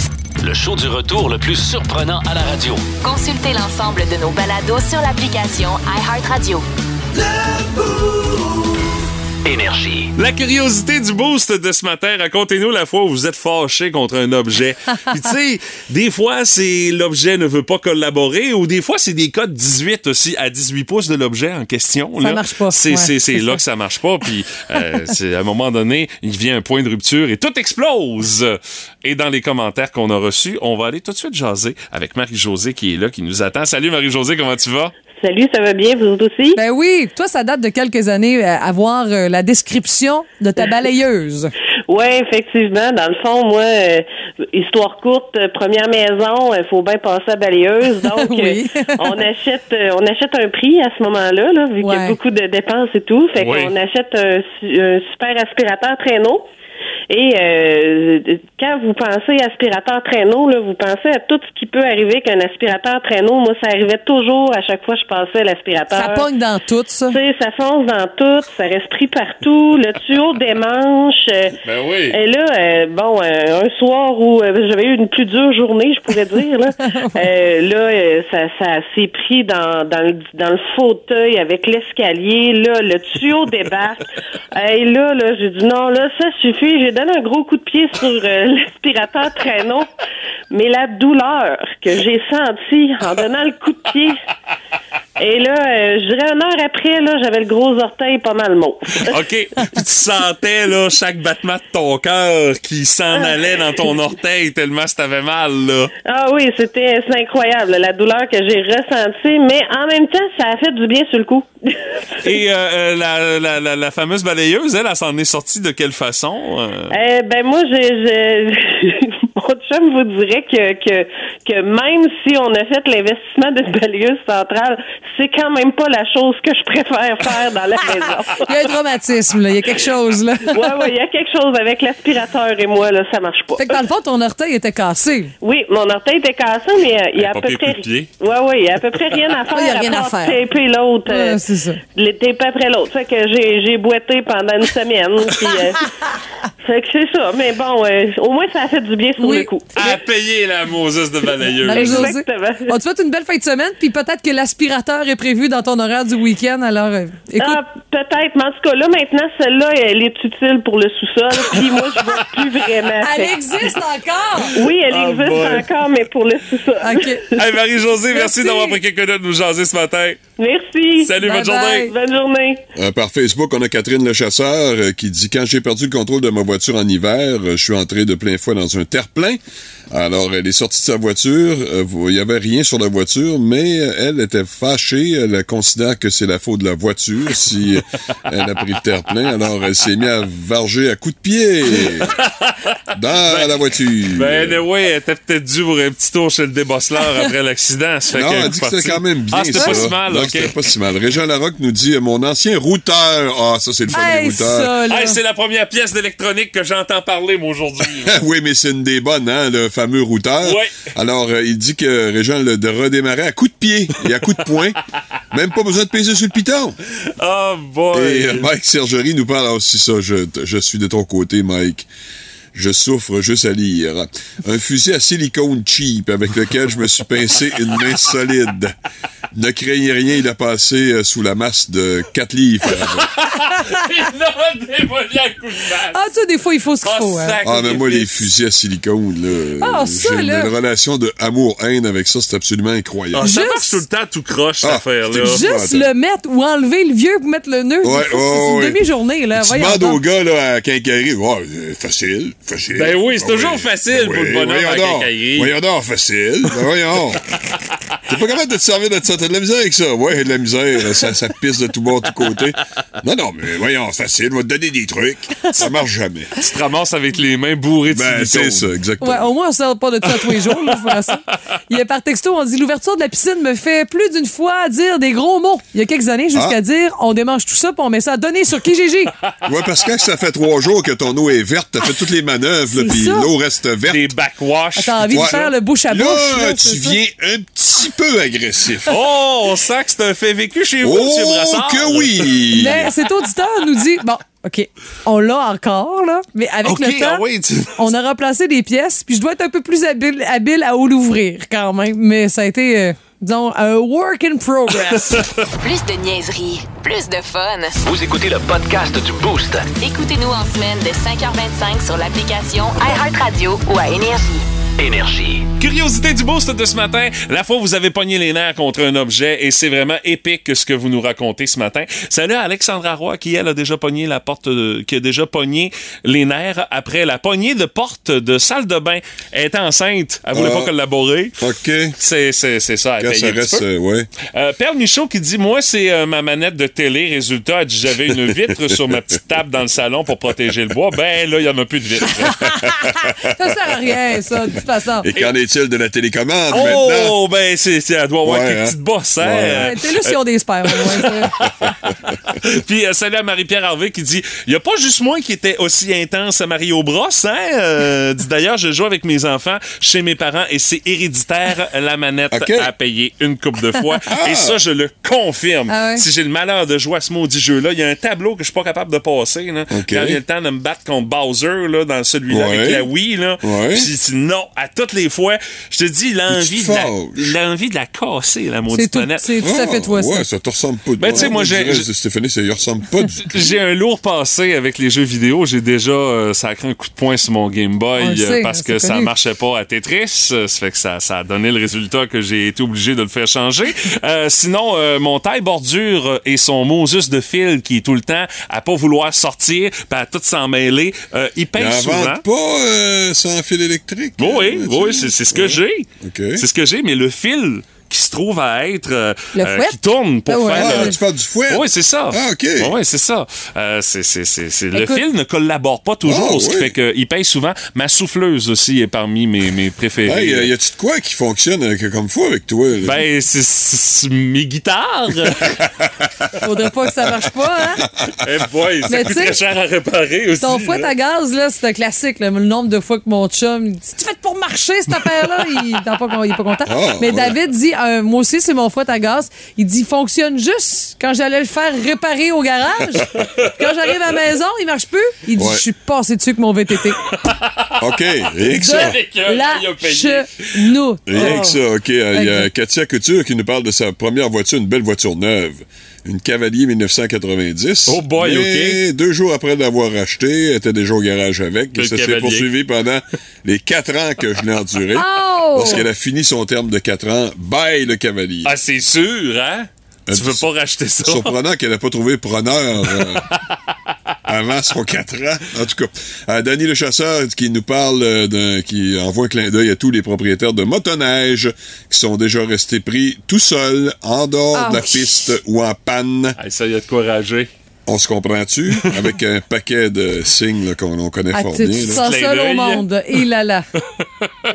Le show du retour le plus surprenant à la radio.
Consultez l'ensemble de nos balados sur l'application iHeartRadio.
Énergie.
La curiosité du boost de ce matin, racontez-nous la fois où vous êtes fâché contre un objet. Puis tu sais, des fois c'est l'objet ne veut pas collaborer ou des fois c'est des codes 18 aussi à 18 pouces de l'objet en question.
Ça
là.
marche pas,
C'est
ouais,
c'est- c'est
c'est
là
ça.
que ça marche pas. Puis euh, c'est- à un moment donné, il vient un point de rupture et tout explose. Et dans les commentaires qu'on a reçus, on va aller tout de suite jaser avec Marie-Josée qui est là, qui nous attend. Salut Marie-Josée, comment tu vas?
Salut, ça va bien, vous autres aussi?
Ben oui, toi, ça date de quelques années, euh, avoir euh, la description de ta balayeuse.
Ouais, effectivement. Dans le fond, moi, euh, histoire courte, euh, première maison, il faut bien passer à balayeuse. Donc,
Oui.
euh, on achète euh, on achète un prix à ce moment-là, là, vu qu'il y
Ouais.
a beaucoup de dépenses et tout. Fait
Oui.
qu'on achète un, su- un super aspirateur traîneau. Et euh, quand vous pensez aspirateur traîneau, là, vous pensez à tout ce qui peut arriver qu'un aspirateur traîneau. Moi, ça arrivait toujours à chaque fois que je passais à l'aspirateur.
Ça pogne dans tout, ça.
Tu sais, ça fonce dans tout, ça reste pris partout, le tuyau des manches. euh,
Ben oui.
Et là, euh, bon, euh, un soir où euh, j'avais eu une plus dure journée, je pourrais dire, là, euh, là euh, ça, ça s'est pris dans, dans, le, dans le fauteuil avec l'escalier, là, le tuyau débarque. Et là, là, j'ai dit non, là, ça suffit. J'ai donné un gros coup de pied sur euh, l'aspirateur traîneau, mais la douleur que j'ai sentie en donnant le coup de pied, et là, euh, je dirais une heure après, là, j'avais le gros orteil pas mal mauve.
OK. Puis tu sentais là, chaque battement de ton cœur qui s'en allait dans ton orteil tellement ça t'avait mal. Là.
Ah oui, c'était c'est incroyable la douleur que j'ai ressentie, mais en même temps, ça a fait du bien sur le coup. Eh
Et euh, euh, la, la, la, la fameuse balayeuse, elle, elle s'en est sortie de quelle façon? euh?
Euh, ben moi, je, je- mon chum vous dirait que, que que même si on a fait l'investissement d'une balayeuse centrale, c'est quand même pas la chose que je préfère faire dans la maison.
Il y a un traumatisme, là. Il y a quelque chose, là.
Ouais, ouais, il y a quelque chose avec l'aspirateur et moi, là, ça marche pas.
Fait que dans le fond, ton orteil était cassé.
Oui, mon orteil était cassé, mais euh, il y a à
Pas
peu
pire
près.
coup de pied.
Ouais, ouais, il y a à peu près rien à faire.
Il y a rien à
part
faire.
Taper l'autre. euh,
Ouais, c'est ça.
les taper après l'autre. Fait que j'ai, j'ai boité pendant une semaine. puis, euh, fait que c'est ça. Mais bon, euh, au moins, ça a fait du bien sur
Oui.
le coup.
À payer la Moses de balayeuse.
Marie-Josée,
Exactement.
Bah, On te souhaite une belle fin de semaine, puis peut-être que l'aspirateur est prévu dans ton horaire du week-end. Alors, euh, écoute,
Ah, peut-être, mais en tout cas, là, maintenant, celle-là, elle est utile pour le sous-sol, puis moi, je vois plus vraiment.
elle
Fait que-
existe encore!
Oui, elle
Ah,
existe
boy.
encore, mais pour le sous-sol.
OK.
Hey, Marie-Josée, merci,
Merci.
d'avoir pris quelques minutes de nous jaser ce matin.
Merci.
Salut,
Bye
bonne journée.
bye.
Bonne journée.
Euh, par Facebook, on a Catherine Le Chasseur euh, qui dit Quand j'ai perdu le contrôle de ma voiture en hiver, euh, je suis entré de plein fouet dans un terre-plein. Alors, elle est sortie de sa voiture. euh, vous- Il y avait rien sur la voiture, mais euh, elle était fâchée. Elle considère que c'est la faute de la voiture si euh, elle a pris le terre-plein. Alors, elle s'est mise à varger à coups de pied dans la voiture.
Ben, anyway, elle était peut-être due pour un petit tour chez le débosseleur après l'accident. ça fait
non,
qu'elle
elle
est
dit que
partie.
c'était quand même bien.
Ah, c'était
ça.
pas si mal,
Non,
OK.
c'était pas si mal. Régent Larocque nous dit euh, Mon ancien routeur. Ah, ça, c'est le fun des
Hey,
routeurs.
ça, là.
Hey, c'est la première pièce d'électronique que j'entends parler, moi, aujourd'hui.
Ah oui, mais c'est une des bonnes, hein, le fameux routeur.
Ouais.
Alors, euh, il dit que Régent le de redémarrer à coups de pied et à coups de poing. Même pas besoin de peser sur le piton.
oh, boy.
Et euh, Mike Sergery nous parle aussi ça. Je, je suis de ton côté, Mike. Je souffre juste à lire. Un fusil à silicone cheap avec lequel je me suis pincé une main solide. Ne craignez rien, il a passé euh, sous la masse de 4 livres.
Il l'a démoli à coups de batte.
Ah, tu sais, des fois, il faut ce qu'il
Ah,
faut. hein.
sac
Ah, mais moi, les
d'épices.
fusils à silicone, là. euh,
Ah, ça,
J'ai
là.
une relation de amour-haine avec ça, c'est absolument incroyable.
Ah, ça
Juste-
marche tout le temps tout croche, cette
Ah,
affaire-là.
c'est juste-
Juste le mettre ou enlever le vieux pour mettre le nœud.
Ouais,
c'est
ouais,
une
ouais.
demi-journée, là.
tu
Ah, Voyons
demandes
donc.
au gars là, à Quincaillerie, Ouais, euh, facile, facile.
Ben oui, c'est
Ah
toujours facile pour le bonhomme
voyons
à
donc.
Quincaillerie.
Voyons donc, facile. Ben voyons. T'es pas capable de te servir de ça. T'as de la misère avec ça. Ouais, de la misère. Ça, ça pisse de tout bord, de tous côtés. Non, non, mais voyons, facile. On va te donner des trucs. Ça marche jamais.
Tu te ramasses avec les mains bourrées de
Ben, c'est
silicone.
ça, exactement.
Ouais, au moins, on ne sort pas de ça tous les jours, là, je vous rassure. Il y a par texto, on dit l'ouverture de la piscine me fait plus d'une fois dire des gros mots. Il y a quelques années, jusqu'à
Ah.
dire on démange tout ça puis on met ça à donner sur Kijiji.
Ouais, parce que quand ça fait trois jours que ton eau est verte, t'as fait toutes les manœuvres, là,
C'est
puis
ça.
l'eau reste verte.
Des backwash.
T'as envie
Ouais.
de faire le bouche à
Là,
bouche. là,
tu
c'est ça.
viens un petit peu agressif.
Oh, on sent que c'est un fait vécu chez vous,
Oh,
monsieur Brassard.
que oui!
Mais Ben, cet auditeur nous dit bon, OK, on l'a encore, là, mais avec
OK,
le temps,
ah oui, tu-
on a remplacé des pièces, puis je dois être un peu plus habile, habile à haut l'ouvrir quand même, mais ça a été, euh, disons, un work in progress.
Plus de niaiserie, plus de fun.
Vous écoutez le podcast du Boost.
Écoutez-nous en semaine de 5h25 sur l'application iHeartRadio ou à Énergie.
Énergie.
Curiosité du boost de ce matin. La fois où vous avez pogné les nerfs contre un objet et c'est vraiment épique ce que vous nous racontez ce matin. Salut à Alexandra Roy qui, elle, a déjà pogné la porte, de- qui a déjà pogné les nerfs après la poignée de porte de salle de bain. Elle était enceinte. Elle voulait
Ah.
pas collaborer.
OK.
C'est, c'est, c'est ça. elle
Quand
payait
ça
un petit
reste,
peu.
euh, ouais.
Euh, Perle Michaud qui dit Moi, c'est euh, ma manette de télé. Résultat, elle dit, j'avais une vitre sur ma petite table dans le salon pour protéger le bois. Ben là, il n'y en a plus de vitre.
ça sert à rien, ça, de toute façon.
Et qu'en est-il de la télécommande maintenant?
oh, ben, c'est, c'est, elle doit avoir
Ouais,
quelques
hein.
petites bosses. Hein?
Ouais.
C'est Euh, là si on des spères, au moins, ça.
Puis euh, salut à Marie-Pierre Harvey qui dit Il n'y a pas juste moi qui était aussi intense à Mario Bros. Hein? Euh, dit, D'ailleurs, je joue avec mes enfants chez mes parents et c'est héréditaire la manette
OK. Ah!
à payer une coupe de fois. Et ça, je le confirme.
Ah ouais?
Si j'ai le malheur de jouer à ce maudit jeu-là, il y a un tableau que je suis pas capable de passer. Là.
OK.
Quand vient le temps de me battre contre Bowser là, dans celui-là
Ouais.
avec la Wii. Là.
Ouais.
Puis tu- non, à toutes les fois, je te dis l'envie
te
de, la,
fâches.
l'envie de la casser, la maudite
C'est tout,
manette.
c'est tout à fait toi,
Ah,
ça.
Ouais, ça te ressemble pas.
Ben, tu sais, moi, j'ai-
dirais,
j'ai-
Stéphanie, ça lui ressemble pas du tout.
J'ai un lourd passé avec les jeux vidéo. J'ai déjà euh, sacré un coup de poing sur mon Game Boy
On le
euh,
sait,
parce
c'est
que ça
connu.
marchait pas à Tetris. Euh, Ça fait que ça, ça a donné le résultat que j'ai été obligé de le faire changer. Euh, sinon, euh, mon taille bordure et son Moses de fil qui est tout le temps à pas vouloir sortir, pis à tout s'en mêler, euh, il
Il
pèse
en
souvent.
vend pas euh, sans fil électrique.
Oui,
hein,
oui,
tu sais.
c'est c'est ce que j'ai.
OK.
C'est ce que j'ai, mais le fil qui se trouve à être euh,
Le
euh,
fouet?
qui tourne pour
Ah ouais.
faire
Ah,
le-
tu parles du fouet?
oui, c'est ça.
Ah, OK.
Oui, c'est ça. Euh, c'est, c'est, c'est, c'est- Le
Écoute-
fil ne collabore pas toujours,
Ah,
ce qui
oui.
fait qu'il paye souvent. Ma souffleuse aussi est parmi mes, mes préférés.
Hey, euh, y a-tu de quoi qui fonctionne avec- comme fou avec toi? là?
ben, c'est, c'est mes guitares.
Faudrait pas que ça marche pas, hein?
Eh boy, ça
Mais
coûte
tu sais,
très cher à réparer aussi.
Ton fouet
là.
à gaz, là, c'est un classique. là. Le nombre de fois que mon chum, si tu fais pour marcher cette affaire-là, il n'est pas, con- il est pas content.
Ah,
Mais
ouais.
David dit, euh, moi aussi, c'est mon fouet à gaz. Il dit, il fonctionne juste quand j'allais le faire réparer au garage. quand j'arrive à la maison, il marche plus. Il dit,
Ouais.
je suis passé dessus avec mon VTT.
OK, rien que ça.
Avec un,
De la
il a payé.
chenoute.
Rien que ça, OK. euh, Il y a
Oh. Exact.
Katia Couture qui nous parle de sa première voiture, une belle voiture neuve. Une Cavalier 1990.
Oh boy,
Mais Deux jours après l'avoir achetée, elle était déjà au garage avec. Et
Quel
ça s'est
cavalier.
poursuivi pendant les quatre ans que je l'ai enduré.
Oh!
Lorsqu'elle a fini son terme de quatre ans, bye le Cavalier.
Ah, c'est sûr, hein?
Un
Tu veux
petit-
pas racheter ça?
Surprenant qu'elle n'a pas trouvé preneur euh, avant son 4 ans. En tout cas, euh, Danny le chasseur qui nous parle, euh, d'un- qui envoie un clin d'œil à tous les propriétaires de motoneige qui sont déjà restés pris tout seuls, en dehors
Ah
de la
oui.
piste ou en panne.
Ah, ça, y a de quoi rager.
On se comprend-tu? Avec un paquet de signes là, qu'on on connaît
Ah,
fort
tu
bien.
tu
là.
te sens
Clin
seul au
d'œil.
monde. Et là là.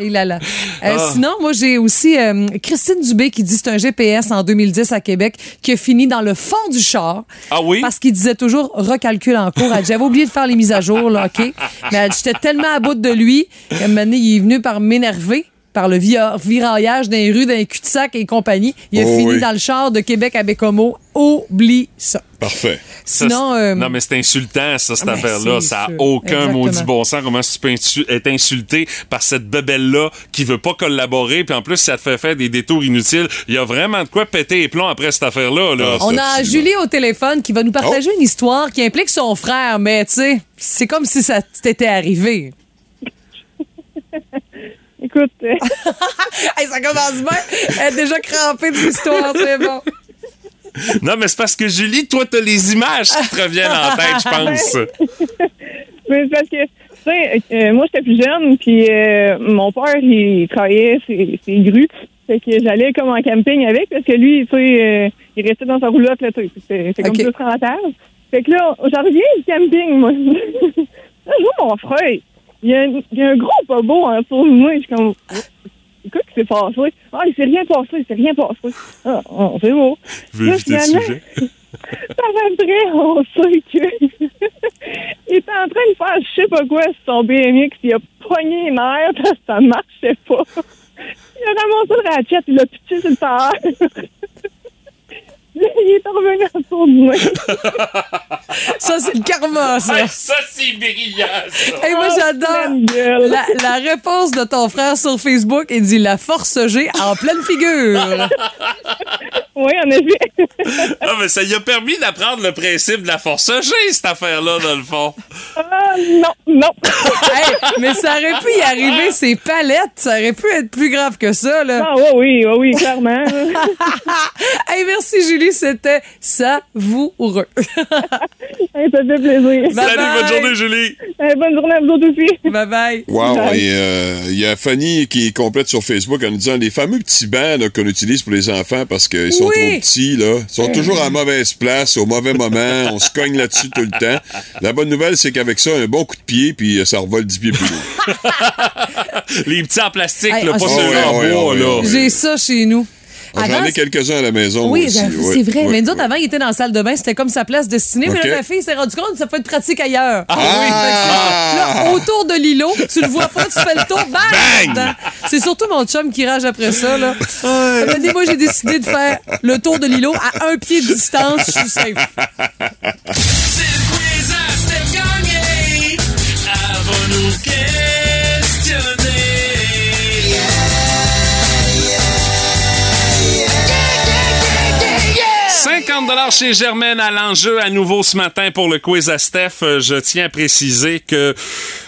Et là là. Euh,
Ah.
Sinon, moi, j'ai aussi euh, Christine Dubé qui dit c'est un GPS en 2010 à Québec qui a fini dans le fond du char.
Ah oui?
Parce qu'il disait toujours recalcul en cours. Elle dit, J'avais oublié de faire les mises à jour, là, OK? Mais elle dit, j'étais tellement à bout de lui qu'à un moment donné, il est venu par m'énerver par le via- viraillage dans les rues, dans les cul-de-sac et compagnie. Il a
Oh
fini
oui.
dans le char de Québec à Bécomo. Oublie ça.
Parfait.
Ça,
Sinon,
c'est-
euh,
non, mais c'est insultant, ça, cette
ben,
affaire-là.
c'est
Ça n'a
sûr.
aucun maudit
Exactement.
bon sens. Comment est-ce que tu peux insu- être insulté par cette bebelle-là qui veut pas collaborer, puis en plus, ça te fait faire des détours inutiles. Il y a vraiment de quoi péter les plombs après cette affaire-là. Là.
Ah,
On a
Absolument.
Julie au téléphone qui va nous partager
Oh.
une histoire qui implique son frère, mais tu sais, c'est comme si ça t'était arrivé.
Écoute, euh,
Hey, ça commence bien. Elle est déjà crampée de l'histoire, c'est bon.
Non, mais c'est parce que, Julie, toi, t'as les images qui te reviennent en tête, je pense.
mais c'est parce que, tu sais, euh, moi, j'étais plus jeune, puis euh, mon père, il travaillait ses, ses grues. Fait que j'allais comme en camping avec parce que lui, tu sais, euh, il restait dans sa roulotte, là, tu sais. C'était c'était comme
Ok.
plus rentable. Fait que là, j'en reviens du camping, moi. là, je vois mon frère. Il y, a un, il y a un gros pas beau en dessous de moi. Je suis comme, écoute, qui s'est passé? Ah, il s'est rien passé, il s'est rien passé. Ah, ah, c'est beau.
Je veux
Là,
éviter le
finalement,
sujet.
Par après, on sait que il était en train de faire je sais pas quoi sur son BMX. Il a pogné une air parce que ça marchait pas. Il a ramassé le ratchet, il l'a pitché sur le terre. Il est revenu autour de moi.
Ça, c'est le karma, ça.
Hey, Ah, ça, c'est brillant, ça.
Hey, moi, j'adore
Ah, Pleine gueule.
Oh, la, la réponse de ton frère sur Facebook. Il dit la force G en pleine figure.
Oui, en effet.
Ah, mais ça lui a permis d'apprendre le principe de la force G, cette affaire-là, dans le fond.
Ah, non, non.
Hey, mais ça aurait pu y arriver, ces palettes. Ça aurait pu être plus grave que ça, là.
Ah, ouais, oui, ouais, oui, clairement.
Hey, merci, Julie. C'était savoureux.
Hey, ça fait plaisir.
Bye
Salut,
bye.
bonne journée, Julie.
Hey, bonne journée à vous autres aussi.
Bye bye.
Wow!
Nice.
Et euh, il y a Fanny qui complète sur Facebook en nous disant les fameux petits bancs là, qu'on utilise pour les enfants parce qu'ils sont
Oui. Euh.
trop petits, là. Ils sont toujours à la mauvaise place, au mauvais moment. On se cogne là-dessus tout le temps. La bonne nouvelle, c'est qu'avec ça, un bon coup de pied, puis euh, ça revole 10 pieds plus loin.
Les petits en plastique,
Hey,
là,
ah,
pas
c'est-
ceux-là en
Ah, ouais,
bois,
ouais,
là.
ouais, ouais.
J'ai ça chez nous.
J'en
Avant,
ai quelques-uns à la maison. moi
Ah, Oui,
aussi.
j'avoue,
Ouais,
c'est vrai.
ouais,
mais nous autres,
ouais.
avant, il était dans la salle de bain. C'était comme sa place destinée. Mais
OK.
là, ma fille s'est rendue compte que ça peut être pratique ailleurs. Ah,
oui. Ah.
Là, autour de l'îlot, tu le vois pas, tu fais le tour, bang! dedans. C'est surtout mon chum qui rage après ça. Là. Après, des moi, j'ai décidé de faire le tour de l'îlot à un pied de distance. Je suis safe.
C'est le quiz à Steph Gagné. Elle va nous questionner.
Yeah!
50 chez Germaine à l'enjeu à nouveau ce matin pour le quiz à Steph. Euh, Je tiens à préciser que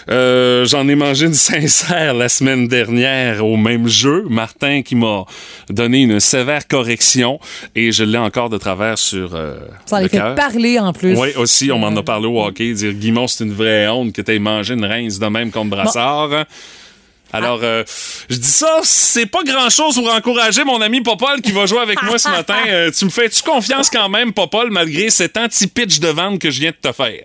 euh, j'en ai mangé une sincère la semaine dernière au même jeu. Martin qui m'a donné une sévère correction et je l'ai encore de travers sur euh,
Ça
le
les fait
cœur.
parler en plus. Mm.
Oui, aussi, on m'en a parlé au hockey. Dire Guimond, c'est une vraie honte que t'aies mangé une reine de même contre Brassard. Alors, euh, je dis ça, c'est pas grand-chose pour encourager mon ami Popol qui va jouer avec moi ce matin. Euh, tu me fais-tu confiance quand même, Popol, malgré cet anti-pitch de vente que je viens de te faire?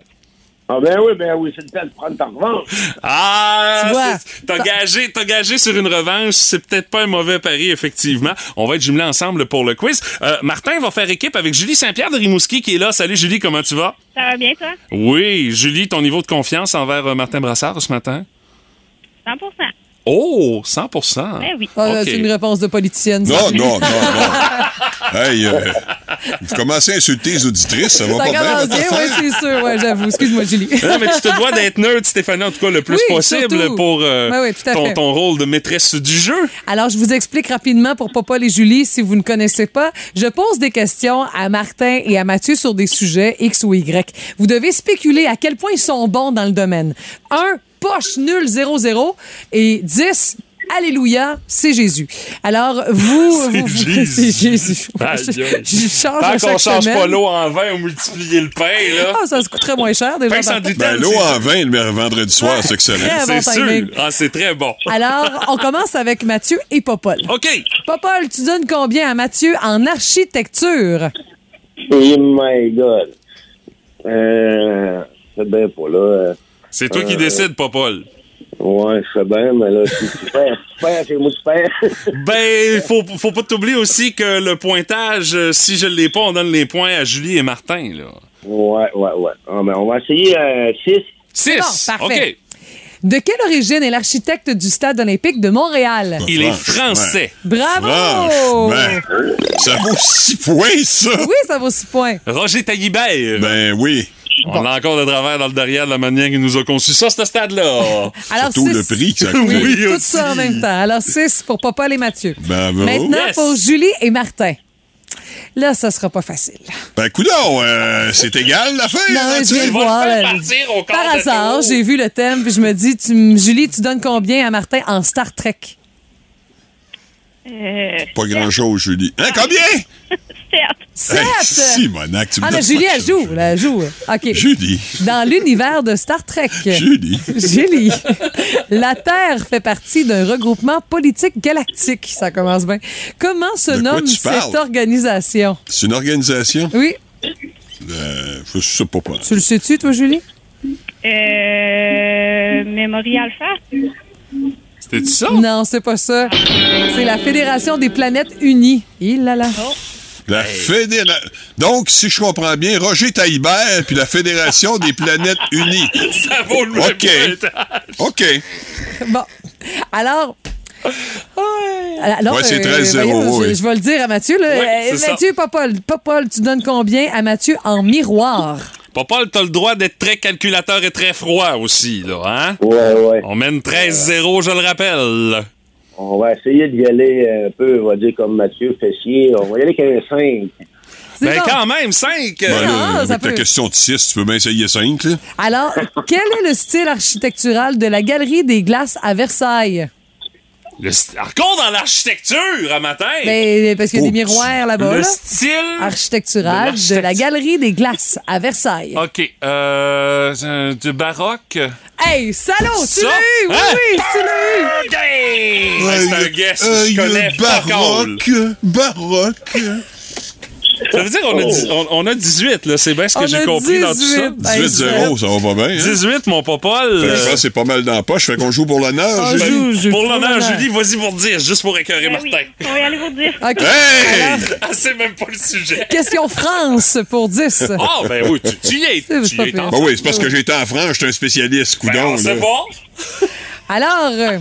Ah ben oui, ben oui, c'est le temps de prendre ta revanche.
Tu vois,
Ah! c'est- T'as gagé, t'as gagé sur une revanche. C'est peut-être pas un mauvais pari, effectivement. On va être jumelés ensemble pour le quiz. Euh, Martin va faire équipe avec Julie Saint-Pierre de Rimouski qui est là. Salut Julie, comment tu vas?
Ça va bien, toi?
Oui, Julie, ton niveau de confiance envers euh, Martin Brassard ce matin?
100
Oh, 100
oui.
Ah,
OK.
C'est une réponse de politicienne. ça.
Non, non, non, non. hey, euh, vous commencez à insulter les auditrices, ça va
Ça
pas bien.
commence
votre
bien,
affaire?
oui, c'est sûr. Ouais, j'avoue. Excuse-moi, Julie.
Non, Hein, mais tu te dois d'être neutre, Stéphanie, en tout cas, le plus
Oui,
possible
surtout. Ben
pour euh,
Oui, oui, tout à
ton,
fait.
ton rôle de maîtresse du jeu.
Alors, je vous explique rapidement pour Papa et Julie, si vous ne connaissez pas. Je pose des questions à Martin et à Mathieu sur des sujets X ou Y. Vous devez spéculer à quel point ils sont bons dans le domaine. 1, poche nul 0-0 et 10, Alléluia, c'est Jésus. Alors, vous...
C'est
vous-
Jésus.
C'est Jésus.
Aïe,
Je,
aïe.
Ah, je change
Tant
à chaque
qu'on change
semaine.
pas l'eau en vin ou multiplier le pain, là.
Ah, ça se coûterait moins cher, déjà.
Pain sans
Martin.
gluten,
Ben, l'eau
c'est-
en vin le vendredi soir, c'est excellent.
Très bon
c'est sûr.
timing.
Ah, c'est très bon.
Alors, on commence avec Mathieu et Popol.
OK.
Popol, tu donnes combien à Mathieu en architecture?
Oh my God. Euh, c'est bien pas là. euh,
C'est toi qui décides, pas Paul.
Ouais, c'est bien, mais là, c'est super. Super, c'est moi super.
Ben, faut, faut pas t'oublier aussi que le pointage, euh, si je l'ai pas, on donne les points à Julie et Martin, là.
ouais, ouais, ouais. Ah, ben, on va essayer 6.
6.
bon, parfait.
OK.
De quelle origine est l'architecte du Stade olympique de Montréal?
Il est
Franchement.
français.
Bravo!
Ah, Franchement, ça vaut six points, ça!
Oui, ça vaut six points.
Roger Taillibert.
Ben oui,
On a encore de travers dans le derrière de la manière qui nous a conçu ça, ce stade-là.
Alors,
tout
six-
le prix que ça coûte.
Oui,
Oui,
tout
aussi.
ça en même temps. Alors, 6 pour Popol et Mathieu.
Bravo.
Maintenant,
Yes.
pour Julie et Martin. Là, ça sera pas facile.
Ben coudon, euh, c'est égal la fin,
Non,
là,
je
tu
viens
sais.
vas
de
le
voir.
faire
là,
partir au quart
Par
de
hasard,
tour.
j'ai vu le thème, puis je me dis, tu m- Julie, tu donnes combien à Martin en Star Trek?
Euh,
Pas grand-chose, Julie. Hein, combien?
Sept!
Hey, Simonac, tu me
Ah, là,
donnes
Julie,
pas
elle
ça.
joue. là, Elle joue. OK.
Julie.
Dans l'univers de Star Trek.
Julie.
Julie. La Terre fait partie d'un regroupement politique galactique. Ça commence bien. Comment se
De quoi
nomme
tu
cette
parles?
organisation?
C'est une organisation?
Oui.
Euh, je sais pas. pas.
Tu le sais-tu, toi, Julie?
euh, Memorial Fast.
C'était ça?
Non, c'est pas ça. C'est la Fédération des planètes unies. Il là là.
Oh.
La fédération. Donc, si je comprends bien, Roger Taillibert puis la Fédération des planètes unies.
Ça vaut le
OK. OK.
Ah, Bon. Alors. Alors, euh,
Ouais, c'est 13-0,
voyons,
oui.
je, je vais le dire à Mathieu. là.
Ouais,
Euh,
c'est ça.
Mathieu, Popol, Popol, tu donnes combien à Mathieu en miroir?
Papa, t'as le droit d'être très calculateur et très froid aussi, là, hein?
Ouais, ouais.
On mène 13-0, je le rappelle.
On va essayer d'y aller euh, un peu, on va dire comme Mathieu Fessier. On va y aller avec un 5.
C'est
Ben
bon.
quand même, euh, 5!
Ben là,
Ah, ça
avec ta
peut.
question de 6, tu peux bien essayer 5, là.
Alors, quel est le style architectural de la Galerie des Glaces à Versailles?
Le st- Encore dans l'architecture, à matin!
Ben, parce qu'il y a des
Oh,
miroirs là-bas.
le
là.
style...
Architectural
de
de la Galerie des Glaces à Versailles.
Ah.
OK, euh, euh, du baroque.
Hey, salaud, tu
Ça?
l'as eu! Oui,
Hein?
oui, tu l'as eu!
Hey! C'est un guess, je
Œil
connais pas Ben,
baroque, baroque.
Ça veut dire qu'on a,
Oh.
dix- on, on a 18, là, c'est bien ce que
On
j'ai
a
compris dans tout ça.
18. Ben,
18-0, ça va pas bien. Hein?
18, mon popole.
Fait que Je
euh,
pense que c'est pas mal dans la poche. Fait qu'on joue pour l'honneur,
Ah,
On
Julie.
joue, joue.
pour l'honneur, Julie, vas-y pour dire, juste pour écœurer
Ben oui,
Martin.
on va y aller vous dire.
ben,
OK.
Euh. Hey!
Ah, c'est même pas le sujet.
Question France pour 10.
Ah, ben oui, tu, tu y es.
C'est
Tu y
pas
es
pire.
en-
Ben oui, c'est parce que j'étais en France, j'étais un spécialiste,
Ben,
coudon.
on sait
là.
pas.
Alors, euh,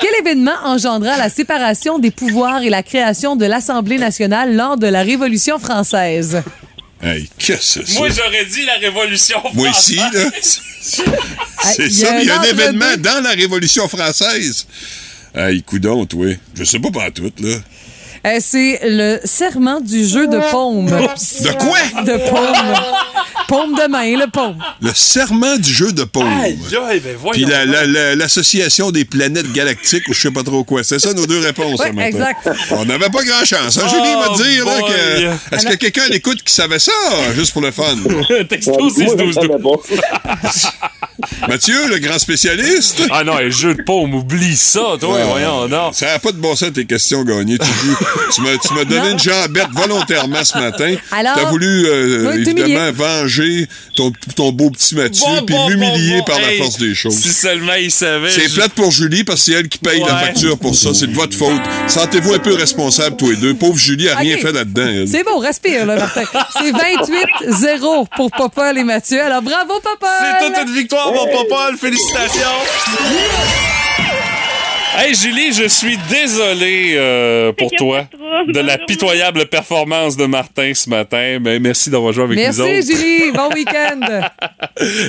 quel événement engendra la séparation des pouvoirs et la création de l'Assemblée nationale lors de la Révolution française?
Hey, qu'est-ce que c'est?
Moi,
ça?
j'aurais dit la Révolution
Moi ici,
française.
là.
Ah,
C'est
il y a
ça, mais il y a
un
un
entre-deux.
événement dans la Révolution française. Hey, coudon, toi. Je sais pas pas tout, là.
Euh, c'est le serment du jeu de paume.
De quoi?
De paume. Paume de main, le paume.
Le serment du jeu de paume.
Aïe, aïe, ben
Puis
voyons.
la- la- la- l'association des planètes galactiques ou je sais pas trop quoi. C'est ça nos deux réponses
Ouais,
ce matin.
exact.
On n'avait pas grand chance. Hein, Julie va
Oh
te dire là,
boy.
que. Est-ce que quelqu'un à l'écoute qui savait ça? Juste pour le fun.
Texto 6 12 12.
Mathieu, le grand spécialiste.
Ah non, un jeu de paume, oublie ça, toi,
Ouais,
voyons, non.
Ça n'a pas de bon sens tes questions gagnées. Tu, joues- tu m'as tu m'as donné une jambette volontairement ce matin.
Alors,
T'as voulu euh,
oui, t'humilier.
évidemment venger ton, ton beau petit Mathieu
Bon,
puis
bon,
m'humilier
bon, bon.
par
Hey,
la force des choses.
Si seulement il savait.
C'est
je-
plate pour Julie parce que c'est elle qui paye la
Ouais.
facture pour ça. C'est de votre faute. Sentez-vous un peu responsable tous les deux. Pauvre Julie a rien
Ok.
fait là-dedans. elle.
C'est bon, respire, là, Martin. C'est 28-0 pour Popol et Mathieu. Alors, bravo, Popol!
C'est toute une victoire, mon popole. Félicitations. Hey Julie, je suis désolé euh, pour
C'est
toi
qu'il y a pas de trouble.
de la
Bonne
pitoyable performance de Martin ce matin. Mais merci d'avoir joué avec nous
Merci,
autres.
Julie. Bon week-end.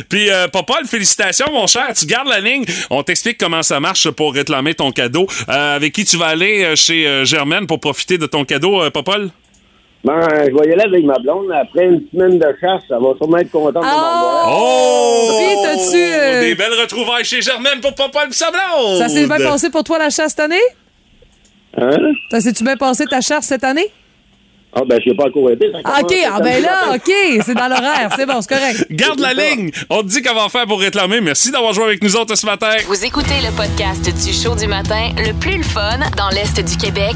Puis, euh, Popol, félicitations, mon cher. Tu gardes la ligne. On t'explique comment ça marche pour réclamer ton cadeau. Euh, avec qui tu vas aller euh, chez euh, Germaine pour profiter de ton cadeau, euh, Popol?
Ben, je vais y aller avec ma blonde. Après une semaine de chasse, elle va sûrement être contente de m'avoir.
Oh! Puis, t'as-tu. euh,
Des belles retrouvailles chez Germaine pour Popol pis sa blonde!
Ça s'est bien passé pour toi, la chasse, cette année?
Hein?
Ça s'est-tu bien passé ta chasse cette année?
Ah, ben, je n'ai pas encore été. ça
Ah, OK,
commence
ah ben
samedi
là,
matin.
OK, c'est dans l'horaire, c'est bon, c'est correct.
Garde la ligne! On te dit comment faire pour réclamer. Merci d'avoir joué avec nous autres ce matin.
Vous écoutez le podcast du show du matin, le plus le fun dans l'Est du Québec,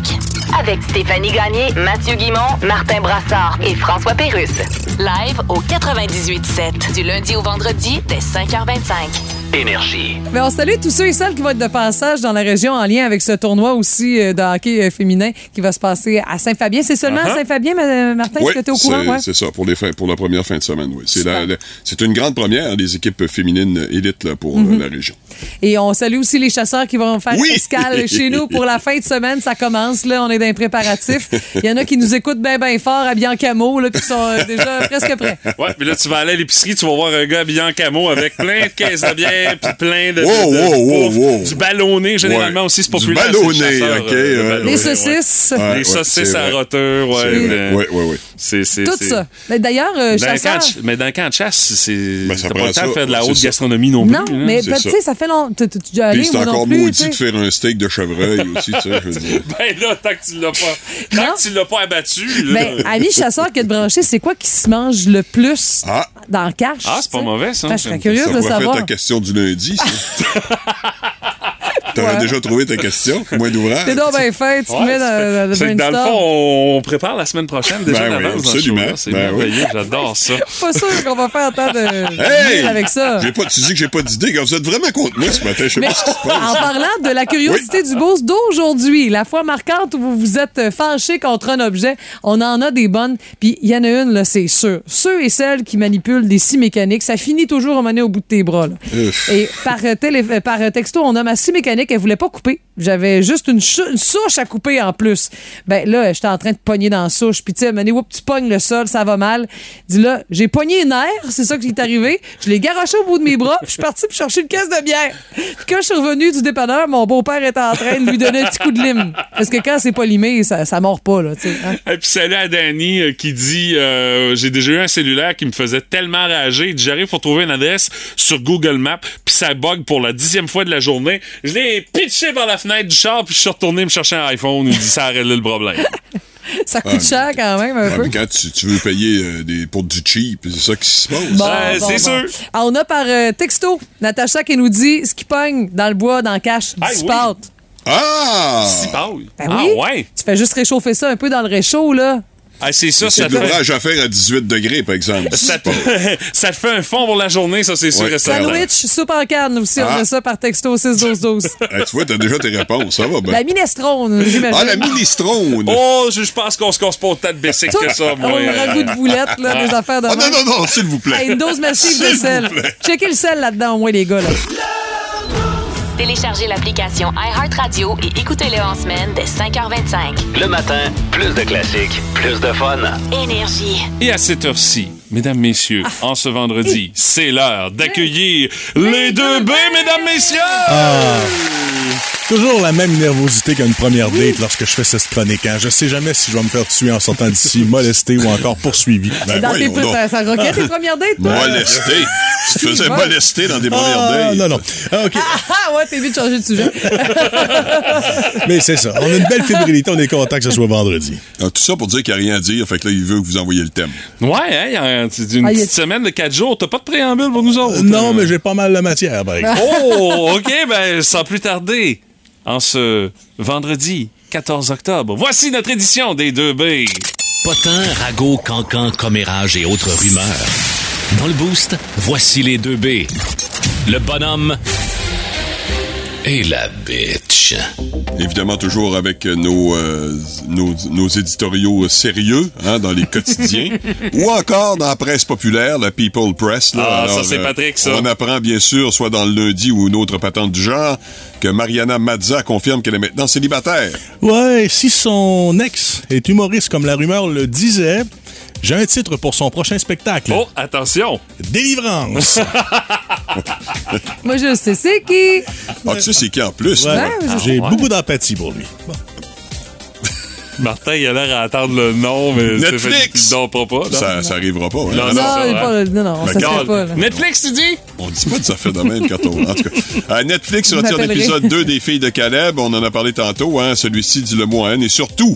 avec Stéphanie Gagné, Mathieu Guimont, Martin Brassard et François Pérusse. Live au 98.7, du lundi au vendredi, dès 5h25.
Énergie.
Mais on salue tous ceux et celles qui vont être de passage dans la région en lien avec ce tournoi aussi euh, de hockey euh, féminin qui va se passer à Saint-Fabien. C'est seulement à
Uh-huh.
Saint-Fabien, ma- Martin,
Oui,
est-ce que tu es au courant?
c'est-
ouais?
c'est ça, pour, les fins- pour la première fin de semaine. Oui. C'est la- la- c'est une grande première, les équipes féminines élites là, pour euh,
Mhm.
la région.
Et on salue aussi les chasseurs qui vont faire
Oui!
escale chez nous pour la fin de semaine. Ça commence, là, on est dans d'un préparatif. Il y en a qui nous écoutent bien, bien fort, habillés en camo, là, puis qui sont euh, déjà presque prêts.
Ouais, puis là, tu vas aller à l'épicerie, tu vas voir un gars habillé en camo avec plein de caisses de bière, puis plein de. de-
Wow,
de-
wow, wow,
pouf,
wow.
Du ballonné, généralement
Ouais.
aussi, c'est
Du
populaire. c'est le
ballonné,
chasseur,
OK,
euh, le
ouais.
ballonné,
Les
ouais.
saucisses.
Ouais,
Les saucisses
c'est
à
vrai.
roteur, ouais.
C'est-
mais-
ouais, ouais, ouais.
C'est, c'est,
Tout
c'est-
ça. Mais d'ailleurs, euh,
Dans un camp
chasseur.
de ch- mais dans un camp de chasse, c'est.
Ben, ça
t'as
prend
pas le temps
ça,
de faire de la
c'est
haute
ça.
gastronomie non plus.
Non,
hein.
mais
c'est
ben,
ça.
tu sais, ça fait longtemps. Tu tu y allé,
Puis c'est
moi non
encore
plus.
maudit
tu
de
sais.
faire un steak de chevreuil aussi, tu sais, je veux dire.
Ben là, tant que tu l'as pas. Tant
Non.
que tu l'as pas abattu, là.
Ben, ami chasseur qui est branché, c'est quoi qui se mange le plus
Ah.
dans le cache?
Ah, c'est pas
tu sais?
mauvais, ça.
Ben, je serais
Ça
curieuse
Ça
de
pourrait faire
savoir.
ta question du lundi, ça. T'aurais déjà trouvé ta question, moins d'ouvrage.
T'es donc bien fait, tu te
Ouais,
mets dans,
c'est- c'est que dans le
brainstorm.
fond, on prépare la semaine prochaine déjà
Ben oui,
d'avance dans ce
absolument.
show-là. C'est
Ben oui.
merveilleux, j'adore ça.
Pas sûr qu'on va faire tant de
Hey!
avec ça.
J'ai pas, tu dis que j'ai pas d'idée. Quand vous êtes vraiment contre moi ce matin, je sais
Mais
pas ce qui se
en
passe.
parlant de la curiosité du bourse d'aujourd'hui, la fois marquante où vous vous êtes fâché contre un objet, on en a des bonnes. Puis il y en a une, là, c'est sûr. Ceux et celles qui manipulent des scies mécaniques, ça finit toujours à mener au bout de tes bras. là.
Ouf.
Et par, euh, télé- euh, par euh, texto, on a ma scie mécanique, elle voulait pas couper. J'avais juste une, chou- une souche à couper en plus. Ben là, j'étais en train de pogner dans la souche. Puis tu sais, à un moment donné, whoop, tu pognes le sol, ça va mal. Dis là, j'ai pogné une nerf, c'est ça qui est arrivé. Je l'ai garoché au bout de mes bras, puis je suis parti pour chercher une caisse de bière. Puis quand je suis revenu du dépanneur, mon beau-père était en train de lui donner un petit coup de lime. Parce que quand c'est pas limé, ça, ça mord pas, là, tu sais. hein.
Et puis salut à Danny euh, qui dit euh, J'ai déjà eu un cellulaire qui me faisait tellement rager. Il dit, J'arrive pour trouver une adresse sur Google Maps, puis ça bug pour la dixième fois de la journée. Je l'ai pitché par la fenêtre du char, puis je suis retourné me chercher un iPhone. Il dit Ça a réglé le problème.
Ça coûte cher quand même, un
Ah,
peu.
mais quand tu, tu veux payer euh, des, pour du cheap, c'est ça qui se passe.
Bon,
Ouais,
bon,
c'est
bon.
sûr.
Ah, on a par euh, texto Natacha qui nous dit ce qui pogne dans le bois, dans le cache, du
Ah, oui.
sparte.
Ah!
Si bah oui.
Ben
ah
oui.
ouais.
Tu fais juste réchauffer ça un peu dans le réchaud, là.
Ah, c'est ça,
C'est
ça
de
te, fait,
l'ouvrage à faire à 18 degrés, par exemple.
ça, te, ça te fait un fond pour la journée, ça c'est sûr
Ouais,
et certain.
Sandwich, soupe en canne aussi, on
Ah.
a ça par texto 6-12-12.
Ah, tu vois, t'as déjà tes réponses, ça va
La
bien.
minestrone, j'imagine.
Ah, la minestrone!
Oh, je je pense qu'on se casse pas autant de basic
Tout
que ça, moi.
un ragoût de boulettes, là, des affaires de
Ah, non,
même.
non, non, s'il vous
Ah,
plaît.
une dose massive de
S'il vous
sel.
plaît.
Checkez le sel là-dedans, au moins, les gars. Là.
Téléchargez l'application iHeartRadio et écoutez-le en semaine dès 5h25.
Le matin, plus de classiques, plus de fun.
Énergie.
Et à cette heure-ci, mesdames, messieurs,
Ah.
en ce vendredi, c'est l'heure d'accueillir les deux B, mesdames, messieurs!
Ah.
Toujours la même nervosité qu'à une première date lorsque je fais cette chronique. Hein. Je sais jamais si je vais me faire tuer en sortant d'ici, molesté ou encore poursuivi. Ben,
Dans tes
voyons donc.
ça, ça roquette tes premières dates, euh? toi?
Molesté. Tu te faisais
Ouais.
molester dans des premières
ah,
dates.
non, non. Ah, OK.
Ah, ah, ouais, t'es vite de changer de sujet.
Mais c'est ça. On a une belle fébrilité. On est content que ce soit vendredi.
Ah, tout ça pour dire qu'il n'y a rien à dire, fait que là, il veut que vous envoyiez le thème.
Ouais, hein, y a- c'est une
Ah, y a-
petite semaine de quatre jours. T'as pas de préambule pour nous autres?
Non, mais j'ai pas mal de matière, par exemple.
Oh, OK, ben, sans plus tarder, en ce vendredi 14 octobre, voici notre édition des deux B.
Potin, ragot, cancan, commérage et autres rumeurs. Dans le boost, voici les deux B. Le bonhomme et la bitch.
Évidemment, toujours avec euh, nos, euh, nos, nos éditoriaux sérieux hein, dans les quotidiens ou encore dans la presse populaire, la People Press. là. euh,
Ah, ça, c'est Patrick, ça.
On apprend, bien sûr, soit dans le lundi ou une autre patente du genre, que Mariana Mazza confirme qu'elle est maintenant célibataire.
Ouais, si son ex est humoriste comme la rumeur le disait, j'ai un titre pour son prochain spectacle.
Oh, attention!
Délivrance.
Moi, je sais, c'est qui?
Ah, tu sais, c'est qui en plus?
Ouais,
là?
je
j'ai
sais pas.
beaucoup d'empathie pour lui. Bon.
Martin, il a l'air à attendre le nom, mais
Netflix!
Non, pas pas. non?
Ça, ça arrivera pas. hein?
Non,
Ah,
Non,
non, ça,
il est
ouais.
pas- non, non,
Mais
ça se fait
garde.
pas. là.
Netflix, tu dis?
On dit pas de ça fait de même quand on. En tout cas. Euh, Netflix retire
m'appellerai.
l'épisode 2 des filles de Caleb. On en a parlé tantôt. Hein? Celui-ci dit le mot à haine. Et surtout,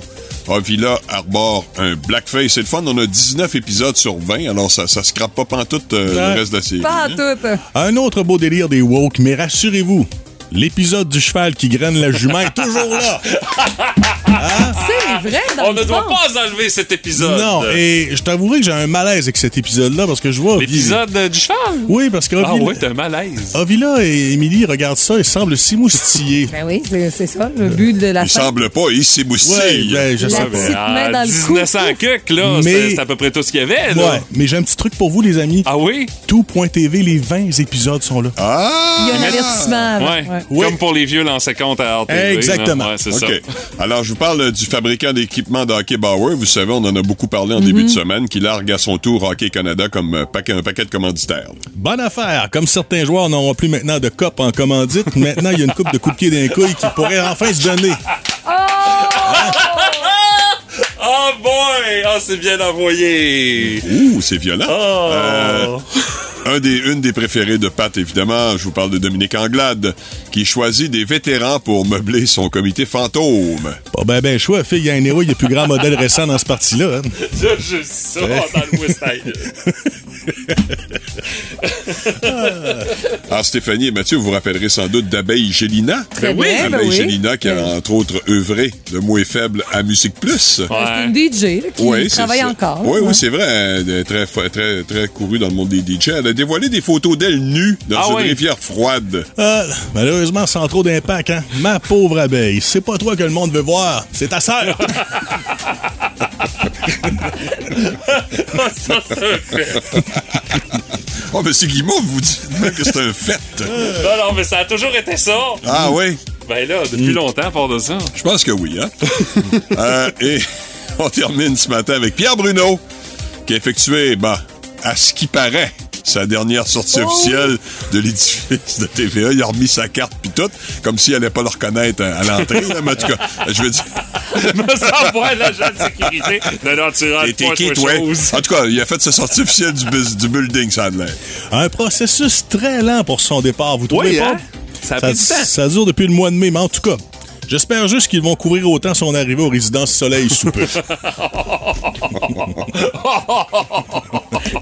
Avila arbore un blackface. C'est le fun. On a 19 épisodes sur 20. Alors, ça, ça scrape pas pantoute euh,
Ouais.
le reste de la série.
Pas en
hein.
tout.
Un autre beau délire des woke, mais rassurez-vous, l'épisode du cheval qui graine la jument est toujours là.
C'est vrai, dans
On
le
ne doit
fond.
pas enlever cet épisode.
Non, et je t'avouerai que j'ai un malaise avec cet épisode-là parce que je vois.
L'épisode euh, du cheval?
Oui, parce que
Ah
Ovila-
ouais, t'as un malaise.
Ovila Ah, et Émilie regardent ça et semblent s'imoustiller.
Ben oui, c'est c'est ça, le but de la fin.
pas, ils s'émoustillent. Ouais, ben, je
La
Ah,
sais
petite
pas.
main dans le cou.
1900 cuc, là,
Mais-
c'est- c'est à peu près tout ce qu'il y avait. Là.
Ouais, mais j'ai un petit truc pour vous, les amis.
Ah oui?
Tout.tv, les 20 épisodes sont là.
Ah!
Il y a un avertissement. avant.
Ouais.
Ah, Ouais.
Comme pour les vieux lancés comptes à RTV. là. Ouais, c'est ça.
OK. Alors, je vous parle du fabricant d'équipements de hockey Bauer. Vous savez, on en a beaucoup parlé
Mm-hmm.
en début de semaine, qui largue à son tour Hockey Canada comme euh, paquet- un paquet de commanditaires.
Bonne affaire. Comme certains joueurs n'auront plus maintenant de cop en commandite, maintenant il y a une coupe de coups de pied d'un couille qui pourrait enfin se donner.
Ah, Oh boy! Ah, c'est bien envoyé!
Ouh, c'est violent.
Oh.
Euh, un des, une des préférées de Pat, évidemment, je vous parle de Dominique Anglade, qui choisit des vétérans pour meubler son comité fantôme.
Pas ben ben choix, fille, il y a un héros, il n'y a plus grand modèle récent dans ce parti-là. hein.
Là, je sors dans le West Island.
Alors, Stéphanie et Mathieu, vous vous rappellerez sans doute d'Abeille Gélina.
Très Ben oui. bien, ben
Abeille
oui.
Gélina qui a, entre autres, œuvré le mot est faible à Musique Plus.
C'est une DJ là, Ah. qui
Oui, c'est
travaille
ça.
encore. hein.
Oui,
Ouais.
oui, c'est vrai. Elle est très, fo- très, très courue dans le monde des DJ. Elle a dévoilé des photos d'elle nue dans
Ah
une
oui.
rivière froide.
Ah, malheureusement, sans trop d'impact, hein. Ma pauvre abeille, c'est pas toi que le monde veut voir, c'est ta sœur.
Ah, ça, c'est un fait.
Oh, monsieur Guimauve, vous dites que c'est un fait.
Non, non, mais ça a toujours été ça.
Ah oui?
Ben là, depuis longtemps, par de ça.
Je pense que oui, hein? Euh, et on termine ce matin avec Pierre Bruno, qui a effectué, ben, à ce qui paraît, sa dernière sortie officielle de l'édifice de TVA. Il a remis sa carte puis tout, comme s'il n'allait pas le reconnaître hein, à à l'entrée. là. Mais en tout cas, je veux dire...
Me s'envoie l'agent de sécurité. Non, non, tu rentres
Et t'es
pas,
qui,
toi,
toi?
chose.
En tout cas, il a fait sa sortie officielle du, bus- du building, ça a l'air.
Eh,
Un processus très lent pour son départ, vous trouvez
Oui,
pas?
hein? Ça a pris du temps.
ça dure depuis le mois de mai, mais en tout cas, j'espère juste qu'ils vont couvrir autant son arrivée aux résidences Soleil sous peu.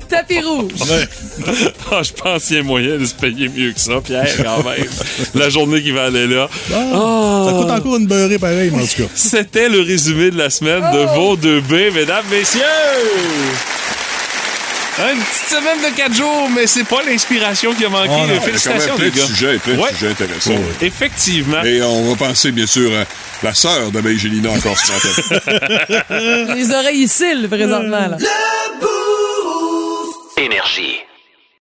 Tapis rouge.
Ah, je pense qu'il y a moyen de se payer mieux que ça, Pierre, quand même. la journée qui va aller là.
Ça coûte encore une beurrée pareil, mais en tout cas.
C'était le résumé de la semaine de
Oh!
vos deux b mesdames, messieurs! Une petite semaine de quatre jours, mais c'est pas l'inspiration qui a manqué.
Oh non, il y a quand même
Félicitations,
plein
les
de
gars.
sujets, plein de
Ouais,
sujets intéressants.
Effectivement.
Et on va penser, bien sûr, à la sœur d'Abeille Gélina encore ce matin.
Les oreilles ici, présentement. Là.
Énergie.